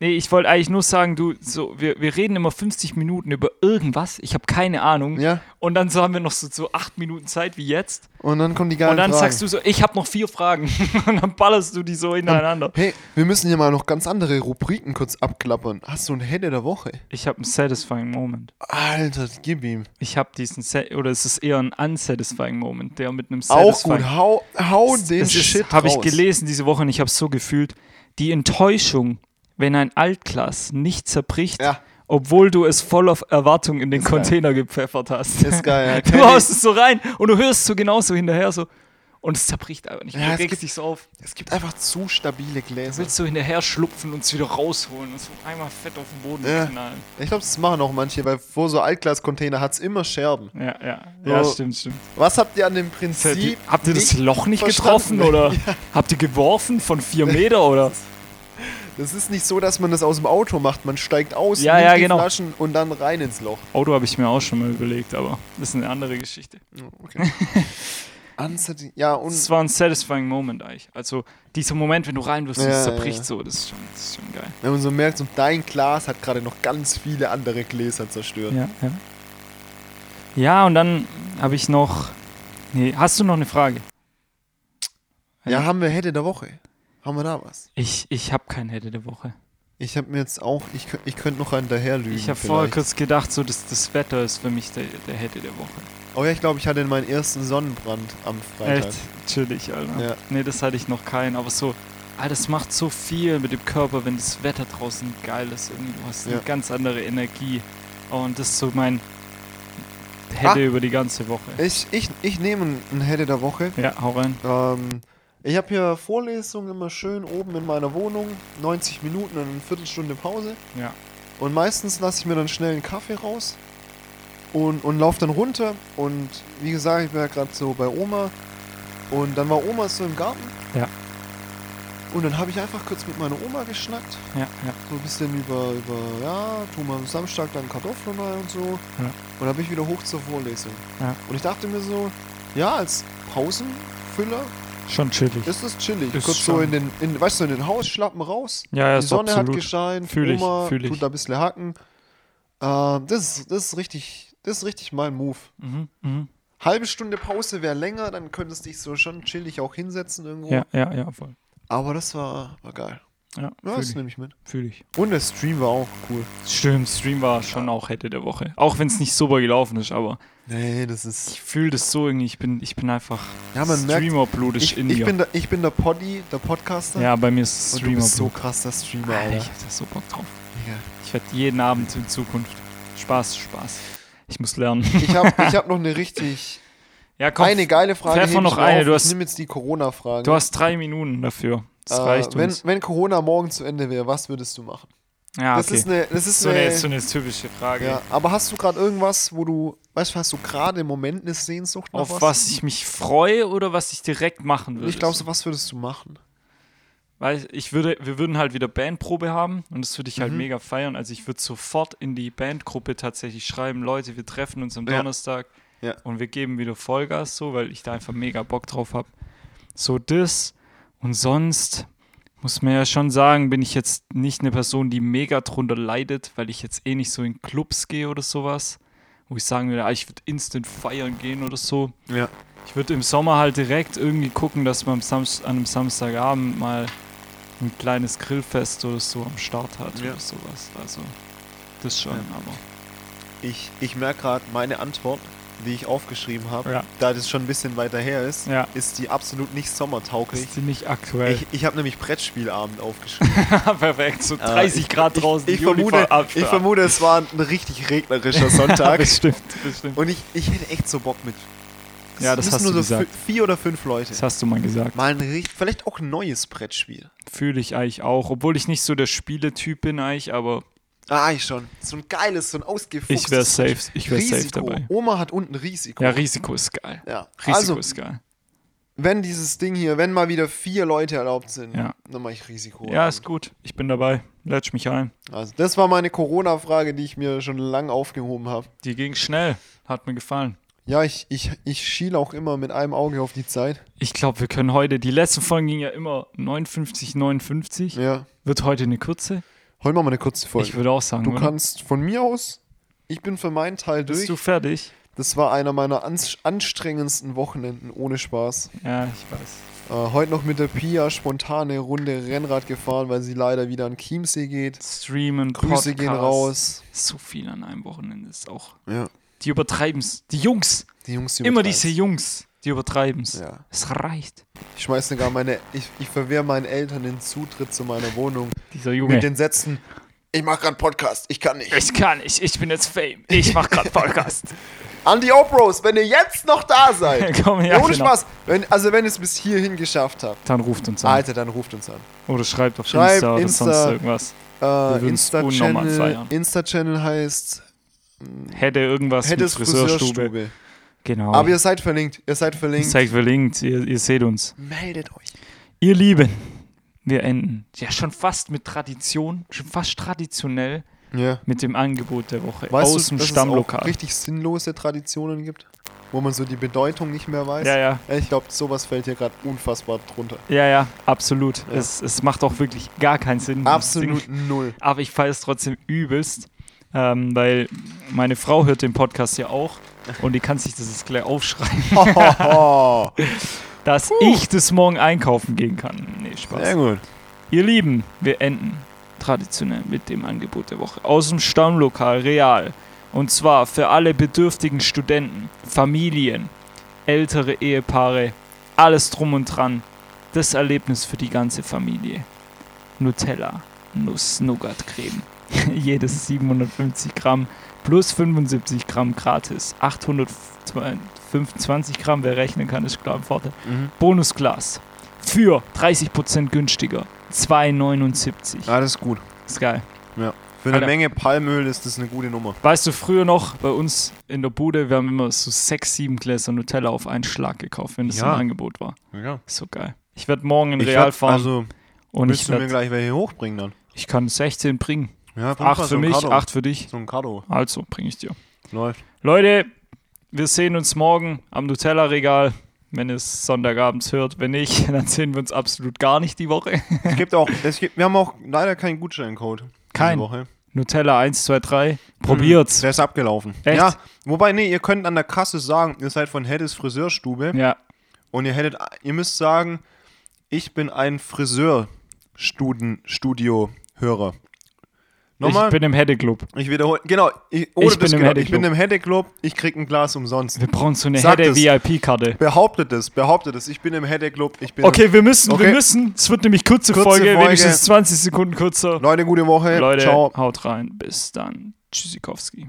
S2: Nee, ich wollte eigentlich nur sagen, du, so, wir, wir reden immer 50 Minuten über irgendwas. Ich habe keine Ahnung.
S1: du. Ja,
S2: Und dann so haben wir noch so, so acht Minuten Zeit wie jetzt.
S1: und dann kommen die geilen
S2: Und dann
S1: Fragen.
S2: sagst du so, ich habe noch vier Fragen. Und dann ballerst du die so hintereinander.
S1: Hey, wir müssen hier mal noch ganz andere Rubriken kurz abklappern. Hast du ein Head der Woche?
S2: Ich habe einen satisfying Moment.
S1: Alter, gib ihm.
S2: Ich habe diesen, sa oder es ist eher ein unsatisfying Moment, der mit einem
S1: Auch
S2: satisfying
S1: gut. Hau, hau den
S2: Es
S1: Shit
S2: ist, habe ich
S1: raus.
S2: gelesen diese Woche und ich habe es so gefühlt. Die Enttäuschung, wenn ein Altklass nicht zerbricht,
S1: Ja.
S2: obwohl du es voll auf Erwartung in den
S1: geil.
S2: Container gepfeffert hast.
S1: Ist geil, ja. Kenn
S2: Du
S1: ich.
S2: haust es so rein und du hörst so genauso hinterher so. Und es zerbricht einfach nicht.
S1: Ja, es
S2: du regst
S1: gibt-
S2: dich so auf.
S1: Es gibt einfach zu stabile
S2: Du
S1: Gläser.
S2: willst so hinterher schlupfen und es wieder rausholen und so einmal fett auf den Boden
S1: Ja.
S2: knallen.
S1: Ich glaube, das machen auch manche, weil vor so Altglas-Container hat es immer Scherben.
S2: Ja, ja.
S1: So.
S2: Ja, stimmt, stimmt.
S1: Was habt ihr an dem Prinzip?
S2: habt ihr das
S1: nicht-
S2: Loch nicht
S1: verstanden.
S2: getroffen oder habt ihr geworfen von vier Meter oder?
S1: Es ist nicht so, dass man das aus dem Auto macht. Man steigt aus,
S2: Ja,
S1: nimmt
S2: ja,
S1: die
S2: genau.
S1: Flaschen und dann rein ins Loch.
S2: Auto habe ich mir auch schon mal überlegt, aber das ist eine andere Geschichte.
S1: Okay. Unsati- ja, und
S2: Das war ein satisfying Moment eigentlich. Also dieser Moment, wenn du rein wirst und
S1: Ja,
S2: es
S1: ja,
S2: zerbricht
S1: ja.
S2: so, das ist schon, das ist schon geil.
S1: wenn man so merkt, so dein Glas hat gerade noch ganz viele andere Gläser zerstört.
S2: Ja, ja. Ja, und dann habe ich noch. Nee, hast du noch eine Frage?
S1: Ja, haben wir Hätte der Woche. Haben wir da was?
S2: Ich, ich habe keinen Hätte der Woche.
S1: Ich habe mir jetzt auch, ich, kö- ich könnte noch einen daherlügen.
S2: Ich habe vorher
S1: vielleicht.
S2: kurz gedacht, so das, das Wetter ist für mich der, der Hätte der Woche.
S1: Oh ja, ich glaube, ich hatte meinen ersten Sonnenbrand am Freitag.
S2: Echt chillig, Alter.
S1: Ja.
S2: Nee, das hatte ich noch keinen, aber so, Alter, das macht so viel mit dem Körper, wenn das Wetter draußen geil ist. Irgendwie, du hast
S1: Ja.
S2: eine ganz andere Energie. Oh, Und das ist so mein
S1: Ah.
S2: Hätte über die ganze Woche.
S1: Ich, ich, ich nehme einen Hätte der Woche.
S2: Ja, hau rein.
S1: Ähm, ich habe hier Vorlesungen immer schön oben in meiner Wohnung, 90 Minuten und eine Viertelstunde Pause.
S2: Ja.
S1: Und meistens lasse ich mir dann schnell einen Kaffee raus und, und laufe dann runter. Und wie gesagt, ich war ja gerade so bei Oma. Und dann war Oma so im Garten.
S2: Ja.
S1: Und dann habe ich einfach kurz mit meiner Oma geschnackt.
S2: Ja, ja.
S1: So ein bisschen über, über ja, tu mal am Samstag dann Kartoffeln rein und so.
S2: Ja.
S1: Und dann bin ich wieder hoch zur Vorlesung.
S2: Ja.
S1: Und ich dachte mir so, ja, als Pausenfüller
S2: Schon chillig.
S1: ist das chillig.
S2: Ist
S1: Kurz so
S2: schon.
S1: in den, in, weißt du, in den Hausschlappen raus.
S2: ja, ja,
S1: Die
S2: ist
S1: Sonne hat
S2: absolut.
S1: gescheint,
S2: Fühl ich,
S1: Oma
S2: fühl ich.
S1: tut da ein bisschen hacken. Ähm, das, ist- das ist richtig, Das ist richtig mein Move.
S2: Mhm, mhm.
S1: Halbe Stunde Pause wäre länger, dann könntest du dich so schon chillig auch hinsetzen irgendwo.
S2: Ja, ja, ja, voll.
S1: Aber das war, war geil. Oh.
S2: Ja,
S1: Ja,
S2: fühl
S1: das
S2: ich.
S1: nehme ich mit.
S2: Fühl ich.
S1: Und der Stream war auch cool.
S2: Stimmt, Stream war schon auch Hätte der Woche. Auch wenn es nicht super gelaufen ist, aber
S1: Nee, das ist.
S2: ich fühle das so irgendwie. Ich bin, ich bin einfach
S1: Ja, man merkt-
S2: Streamer-Blut ist
S1: Ich,
S2: in
S1: ich,
S2: mir.
S1: bin, der, ich bin der Poddy, der Podcaster.
S2: ja, bei mir ist
S1: und du bist so
S2: Streamer-Blut.
S1: krasser Streamer,
S2: Alter,
S1: Alter.
S2: ich hab da so Bock drauf.
S1: Digga.
S2: Ich werde jeden Abend in Zukunft. Spaß, Spaß. Ich muss lernen.
S1: Ich habe ich hab noch eine richtig.
S2: Ja, komm.
S1: eine geile Frage.
S2: werf mal
S1: heb ich
S2: noch
S1: mir
S2: eine,
S1: auf.
S2: du
S1: Ich
S2: hast-
S1: nimm jetzt die Corona-Frage.
S2: Du hast drei Minuten dafür. Das
S1: Äh,
S2: reicht
S1: wenn,
S2: uns.
S1: wenn Corona morgen zu Ende wäre, was würdest du machen?
S2: Ja,
S1: Das
S2: okay.
S1: ist eine. Das ist
S2: so,
S1: eine,
S2: eine, so eine typische Frage.
S1: ja, aber hast du gerade irgendwas, wo du, weißt du, hast du gerade im Moment eine Sehnsucht nach
S2: Auf was? ich mich freue oder was ich direkt machen würde.
S1: Ich glaube, so was würdest du machen.
S2: Weil ich würde, wir würden halt wieder Bandprobe haben und das würde ich
S1: Mhm.
S2: halt mega feiern. Also ich würde sofort in die Bandgruppe tatsächlich schreiben, Leute, wir treffen uns am
S1: Ja.
S2: Donnerstag
S1: Ja.
S2: und wir geben wieder Vollgas so, weil ich da einfach mega Bock drauf habe. So das und sonst muss man ja schon sagen, bin ich jetzt nicht eine Person, die mega drunter leidet, weil ich jetzt eh nicht so in Clubs gehe oder sowas, wo ich sagen würde, ah, ich würde instant feiern gehen oder so.
S1: Ja.
S2: Ich würde im Sommer halt direkt irgendwie gucken, dass man am Samst an einem Samstagabend mal ein kleines Grillfest oder so am Start hat
S1: Ja.
S2: oder sowas. Also das schon,
S1: Ja.
S2: aber.
S1: Ich, ich merke gerade, meine Antwort, die ich aufgeschrieben habe,
S2: Ja.
S1: da das schon ein bisschen weiter her ist,
S2: Ja.
S1: ist die absolut nicht sommertauglich.
S2: Ist ziemlich aktuell.
S1: Ich, ich habe nämlich Brettspielabend aufgeschrieben.
S2: Perfekt, so 30
S1: Ah. ich-
S2: Grad draußen.
S1: Ich, ich, vermute, ich vermute, es war ein richtig regnerischer Sonntag.
S2: Bestimmt, bestimmt.
S1: Und ich, ich hätte echt so Bock mit. Es
S2: Ja, das
S1: müssen
S2: hast
S1: nur
S2: du
S1: so fü-
S2: gesagt.
S1: vier oder fünf Leute.
S2: Das hast du mal gesagt.
S1: Mal ein richtig, vielleicht auch ein neues Brettspiel.
S2: Fühle ich eigentlich auch, obwohl ich nicht so der Spieletyp bin eigentlich, aber
S1: Ah, ich schon. So ein geiles, so ein ausgefuchstes.
S2: ich wäre safe,
S1: Brettspiel.
S2: ich wäre safe
S1: Risiko.
S2: dabei.
S1: Oma hat unten Risiko.
S2: Ja, Risiko ist geil.
S1: Ja.
S2: Risiko
S1: Also,
S2: ist geil.
S1: wenn dieses Ding hier, wenn mal wieder vier Leute erlaubt sind,
S2: Ja.
S1: dann mache ich Risiko.
S2: Ja, ist gut. Ich bin dabei. Lätsch mich ein.
S1: Also, das war meine Corona-Frage, die ich mir schon lange aufgehoben habe.
S2: Die ging schnell. Hat mir gefallen.
S1: Ja, ich, ich, ich schiele auch immer mit einem Auge auf die Zeit.
S2: Ich glaube, wir können heute, die letzten Folgen gingen ja immer 59, 59.
S1: Ja.
S2: Wird heute eine kurze?
S1: Heute machen wir eine kurze
S2: Ich
S1: Folge.
S2: würde auch sagen,
S1: Du
S2: oder?
S1: kannst von mir aus, ich bin für meinen Teil durch.
S2: Bist du fertig?
S1: Das war einer meiner ans anstrengendsten Wochenenden, ohne Spaß.
S2: Ja, ich weiß.
S1: Äh, heute noch mit der Pia spontane Runde Rennrad gefahren, weil sie leider wieder an Chiemsee geht.
S2: Streamen,
S1: Grüße
S2: Podcast.
S1: gehen raus.
S2: So viel an einem Wochenende ist auch.
S1: Ja.
S2: Die übertreiben's. Die Jungs.
S1: Die Jungs, die
S2: Immer
S1: übertreiben's.
S2: diese Jungs. Die übertreiben's.
S1: Ja.
S2: Es reicht.
S1: Ich schmeiß sogar meine. Ich, ich verwehre meinen Eltern den Zutritt zu meiner Wohnung
S2: Dieser
S1: mit
S2: Junge.
S1: den Sätzen. Ich mach grad Podcast, ich kann nicht.
S2: Ich kann nicht. Ich bin jetzt Fame. Ich mach grad Podcast.
S1: Andy Opros, wenn ihr jetzt noch da seid.
S2: Komm her.
S1: ohne Spaß. Wenn, also wenn ihr es bis hierhin geschafft habt,
S2: Dann ruft uns an.
S1: Alter, dann ruft uns an. Äh,
S2: Oder schreibt auf
S1: Also Schreib
S2: Insta oder
S1: Insta.
S2: sonst irgendwas.
S1: Äh,
S2: würden's unnormal
S1: Insta-Channel
S2: feiern.
S1: Insta -Channel heißt
S2: Hätte irgendwas
S1: Hätte
S2: mit
S1: es
S2: Friseurstube.
S1: Friseurstube.
S2: Genau.
S1: Aber ihr seid verlinkt. Ihr seid verlinkt.
S2: Zeigt verlinkt, ihr, ihr seht uns.
S1: Meldet euch.
S2: Ihr Lieben, wir enden. Ja, schon fast mit Tradition, schon fast traditionell
S1: Ja.
S2: mit dem Angebot der Woche
S1: Weißt
S2: aus
S1: du,
S2: dem
S1: dass es auch
S2: Stammlokal.
S1: richtig sinnlose Traditionen gibt, wo man so die Bedeutung nicht mehr weiß.
S2: Ja, ja,
S1: Ich glaube, sowas fällt hier gerade unfassbar drunter.
S2: ja, ja, absolut.
S1: Ja.
S2: Es, es macht auch wirklich gar keinen Sinn. dieses
S1: Absolut
S2: Ding.
S1: null.
S2: Aber ich feiere es trotzdem übelst, ähm, weil meine Frau hört den Podcast ja auch und die kann sich das jetzt gleich aufschreiben,
S1: Hohoho.
S2: dass ich das morgen einkaufen gehen kann. Nee, Spaß.
S1: Sehr gut.
S2: Ihr Lieben, wir enden traditionell mit dem Angebot der Woche aus dem Stammlokal Real. Und zwar für alle bedürftigen Studenten, Familien, ältere Ehepaare, alles drum und dran. Das Erlebnis für die ganze Familie. Nutella, Nuss-Nougat-Creme. Jedes 750 Gramm plus 75 Gramm gratis. 825 Gramm, wer rechnen kann, ist klar im Vorteil.
S1: Mhm.
S2: Bonusglas für 30% günstiger. 2,79.
S1: Alles gut.
S2: Ist geil.
S1: Für eine
S2: Alter.
S1: Menge Palmöl ist das eine gute Nummer.
S2: Weißt du, früher noch bei uns in der Bude, wir haben immer so sechs, sieben Gläser Nutella auf einen Schlag gekauft, wenn das
S1: Ja.
S2: im Angebot war.
S1: Ja.
S2: So geil. Ich werde morgen in
S1: Ich
S2: Real
S1: werd-
S2: fahren
S1: Also,
S2: und ich,
S1: müsst du mir
S2: werd,
S1: gleich welche hochbringen dann.
S2: ich kann 16 bringen.
S1: Ja, bring mal
S2: Acht
S1: so
S2: für
S1: ein
S2: mich,
S1: Kado.
S2: acht für dich.
S1: So ein Kado.
S2: Also bringe ich dir.
S1: Läuft.
S2: Leute, wir sehen uns morgen am Nutella-Regal. Wenn ihr es Sonntagabends hört, wenn nicht, dann sehen wir uns absolut gar nicht die Woche.
S1: Es gibt auch, es gibt, wir haben auch leider keinen Gutscheincode. diese
S2: Kein.
S1: Woche.
S2: Nutella 1, 2, 3. Probiert's.
S1: Der ist abgelaufen.
S2: Echt?
S1: Ja, wobei, nee, ihr könnt an der Kasse sagen, ihr seid von Heddes Friseurstube
S2: Ja.
S1: und ihr hättet, ihr müsst sagen, ich bin ein Friseurstudio-Hörer. Nochmal,
S2: Ich bin im Hedde Club.
S1: ich wiederhole, genau, ich, ohne
S2: Ich bin
S1: das
S2: im
S1: genau,
S2: Hedde
S1: ich bin
S2: Club.
S1: im Hedde Club, ich krieg ein Glas umsonst.
S2: Wir brauchen so eine
S1: Sag
S2: Hedde
S1: das.
S2: VIP-Karte.
S1: Behauptet es, behauptet es, ich bin im Hedde Club, ich bin
S2: Okay, wir müssen, wir
S1: Okay.
S2: müssen. Es wird nämlich kurze,
S1: Kurze
S2: Folge,
S1: Folge.
S2: wenigstens 20 Sekunden kürzer.
S1: Leute, gute Woche.
S2: Leute,
S1: Ciao.
S2: haut rein. Bis dann. Tschüssikowski.